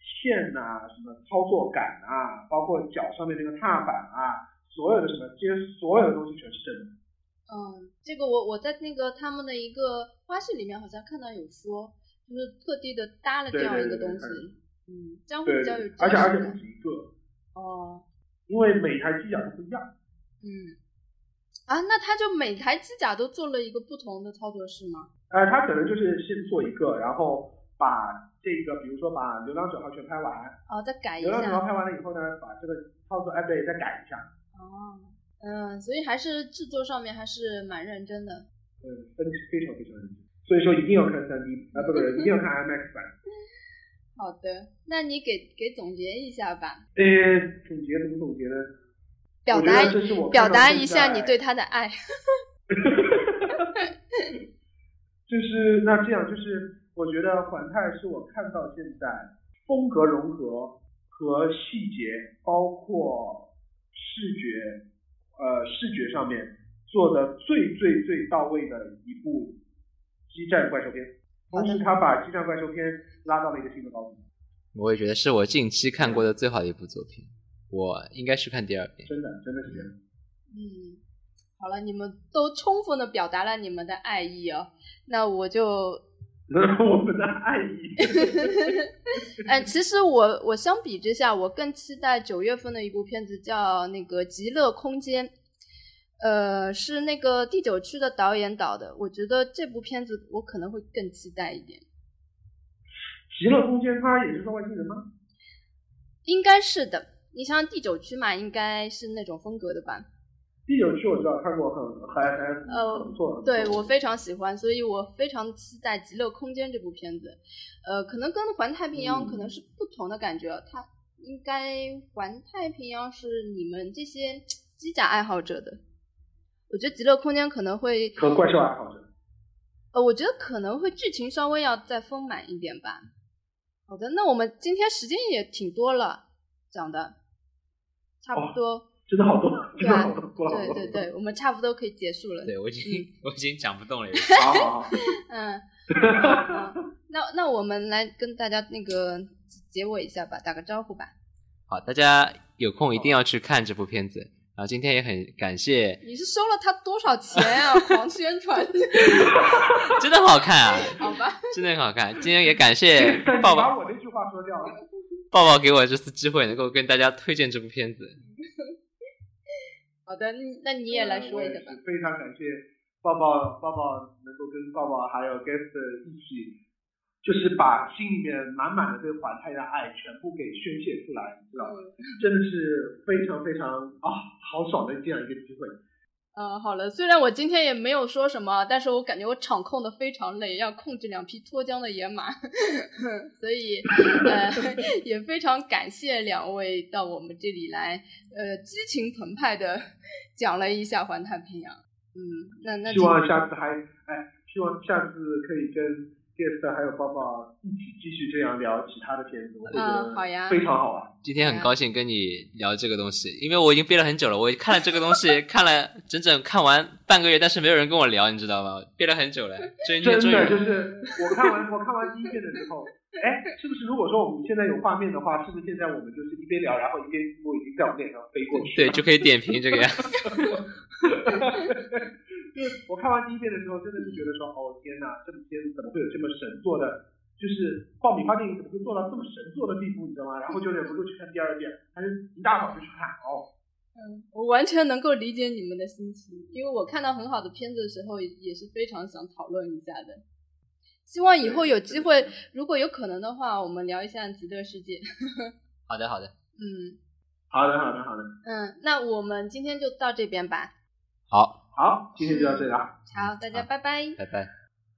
Speaker 3: 线呐、什么操作杆啊，包括脚上面那个踏板啊，所有的什么，这些所有的东西全是真的。
Speaker 1: 嗯，这个我我在那个他们的一个花絮里面好像看到有说，就是特地的搭了这样一个东西
Speaker 3: 对对，
Speaker 1: 嗯，这样会
Speaker 3: 对
Speaker 1: 比较有
Speaker 3: 对
Speaker 1: 真，实
Speaker 3: 而且而且
Speaker 1: 感
Speaker 3: 不止一个，
Speaker 1: 哦，
Speaker 3: 因为每台机甲都不一样。
Speaker 1: 嗯，啊，那他就每台机甲都做了一个不同的操作是吗？
Speaker 3: 呃，他可能就是先做一个，然后把这个，比如说把《流浪者号》全拍完，
Speaker 1: 哦，再改
Speaker 3: 《
Speaker 1: 一
Speaker 3: 流浪者号》
Speaker 1: 下，
Speaker 3: 拍完了以后呢，把这个操作 update 再改一下。
Speaker 1: 哦，嗯，所以还是制作上面还是蛮认真的，
Speaker 3: 嗯，分非常非常认真，所以说一定要看3 D，啊、不不，一定要看 IMAX 版。
Speaker 1: 好的，那你给给总结一下吧，
Speaker 3: 呃，总结怎么总结呢？
Speaker 1: 表
Speaker 3: 我觉
Speaker 1: 达
Speaker 3: 得这是我
Speaker 1: 表
Speaker 3: 看到
Speaker 1: 达
Speaker 3: 现
Speaker 1: 一下
Speaker 3: 在
Speaker 1: 你对他的爱。
Speaker 3: 就是那这样，就是我觉得环太是我看到现在风格融合和细节，包括视觉，呃，视觉上面做的最最最到位的一部激战怪兽片。
Speaker 1: 好的
Speaker 3: 同时，他把激战怪兽片拉到了一个新的高度，
Speaker 2: 我也觉得是我近期看过的最好的一部作品，我应该去看第二遍。
Speaker 3: 真的，真的是这样。
Speaker 1: 嗯，好了，你们都充分的表达了你们的爱意哦。那我就，
Speaker 3: 我们的爱意，
Speaker 1: 哎，其实我我相比之下，我更期待九月份的一部片子叫那个《极乐空间》，呃，是那个第九区的导演导的。我觉得这部片子我可能会更期待一点，
Speaker 3: 极乐空间它也是双外星人吗？
Speaker 1: 应该是的。你像第九区嘛，应该是那种风格的吧？
Speaker 3: 第九区我知道看过很，还还
Speaker 1: 呃
Speaker 3: 很不错。很不错
Speaker 1: 对我非常喜欢，所以我非常期待《极乐空间》这部片子。呃，可能跟《环太平洋》
Speaker 3: 嗯
Speaker 1: 可能是不同的感觉，啊它应该《环太平洋》是你们这些机甲爱好者的。我觉得《极乐空间》可能会，
Speaker 3: 和怪兽爱好者。
Speaker 1: 呃，我觉得可能会剧情稍微要再丰满一点吧。好的，那我们今天时间也挺多了，讲的差不多，
Speaker 3: 真的好多，真的好多，过了好
Speaker 1: 对
Speaker 3: 多。
Speaker 1: 对对，我们差不多可以结束了。
Speaker 2: 对我已
Speaker 3: 嗯
Speaker 2: 经 我已经讲不动了，有 点
Speaker 3: 好 好好，
Speaker 1: 嗯，好那那我们来跟大家那个结尾一下吧，打个招呼吧。
Speaker 2: 好，大家有空一定要去看这部片子。然后今天也很感谢，
Speaker 1: 你是收了他多少钱 啊？狂宣传，
Speaker 2: 真的好看啊，
Speaker 1: 好吧？
Speaker 2: 真的很好看。今天也感 谢
Speaker 3: 但你
Speaker 2: 抱抱
Speaker 3: 把我那句话说掉了。
Speaker 2: 抱抱给我这次机会，能够跟大家推荐这部片子。
Speaker 1: 好的，嗯那你也来说一下吧
Speaker 3: 我也。是非常感谢抱抱，抱抱能够跟抱抱还有 guest 一起，就是把心里面满满的对环太的爱全部给宣泄出来，你知道吗？
Speaker 1: 嗯
Speaker 3: 真的是非常非常啊，好爽的这样一个机会。
Speaker 1: 呃，好了，虽然我今天也没有说什么，但是我感觉我场控的非常累，要控制两匹脱缰的野马， 所以呃 也非常感谢两位到我们这里来，呃激情澎湃的讲了一下环太平洋。嗯，那那
Speaker 3: 希
Speaker 1: 今
Speaker 3: 望下次还哎，希望下次可以跟 guest 还有抱抱一起继续这样聊其他的片子，我会觉
Speaker 1: 嗯好呀
Speaker 3: 得非常好啊玩。
Speaker 2: 今天很高兴跟你聊这个东西，因为我已经憋了很久了。我看了这个东西，看了整整看完半个月，但是没有人跟我聊，你知道吗？憋了很久了，终于
Speaker 3: 真
Speaker 2: 终于
Speaker 3: 的就是我看完我看完第一遍的时候，哎，是不是如果说我们现在有画面的话，是不是现在我们就是一边聊，然后一边字幕已经在我们脸上飞过去？
Speaker 2: 对就可以点评这个样子。
Speaker 3: 就是我看完第一遍的时候，真的是觉得说，哦天哪，这部片子怎么会有这么神作的？就是爆米花电影怎么会做到这么神作的地步，你知道吗？然后就忍不住去看第二遍，还是一大早就去看哦。
Speaker 1: 嗯，我完全能够理解你们的心情，因为我看到很好的片子的时候，也是非常想讨论一下的。希望以后有机会，如果有可能的话，我们聊一下《极乐世界》。
Speaker 2: 好的，好的，
Speaker 1: 嗯
Speaker 3: 好的，好的，好的，
Speaker 1: 嗯，那我们今天就到这边吧。
Speaker 2: 好，
Speaker 3: 好，今天就到这里了。
Speaker 1: 好，大家拜拜。
Speaker 2: 拜拜。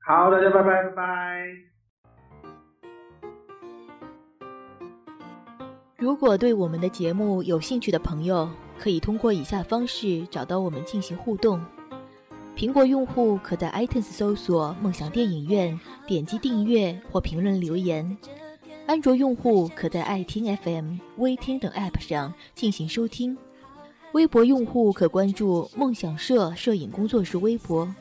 Speaker 3: 好，大家拜拜，拜拜。
Speaker 4: 如果对我们的节目有兴趣的朋友，可以通过以下方式找到我们进行互动。苹果用户可在 iTunes 搜索“梦想电影院”，点击订阅或评论留言；安卓用户可在爱听 FM、微听等 App 上进行收听。微博用户可关注“梦想社”摄影工作室微博。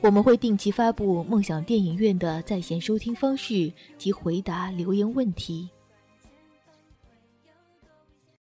Speaker 4: 我们会定期发布梦想电影院的在线收听方式及回答留言问题。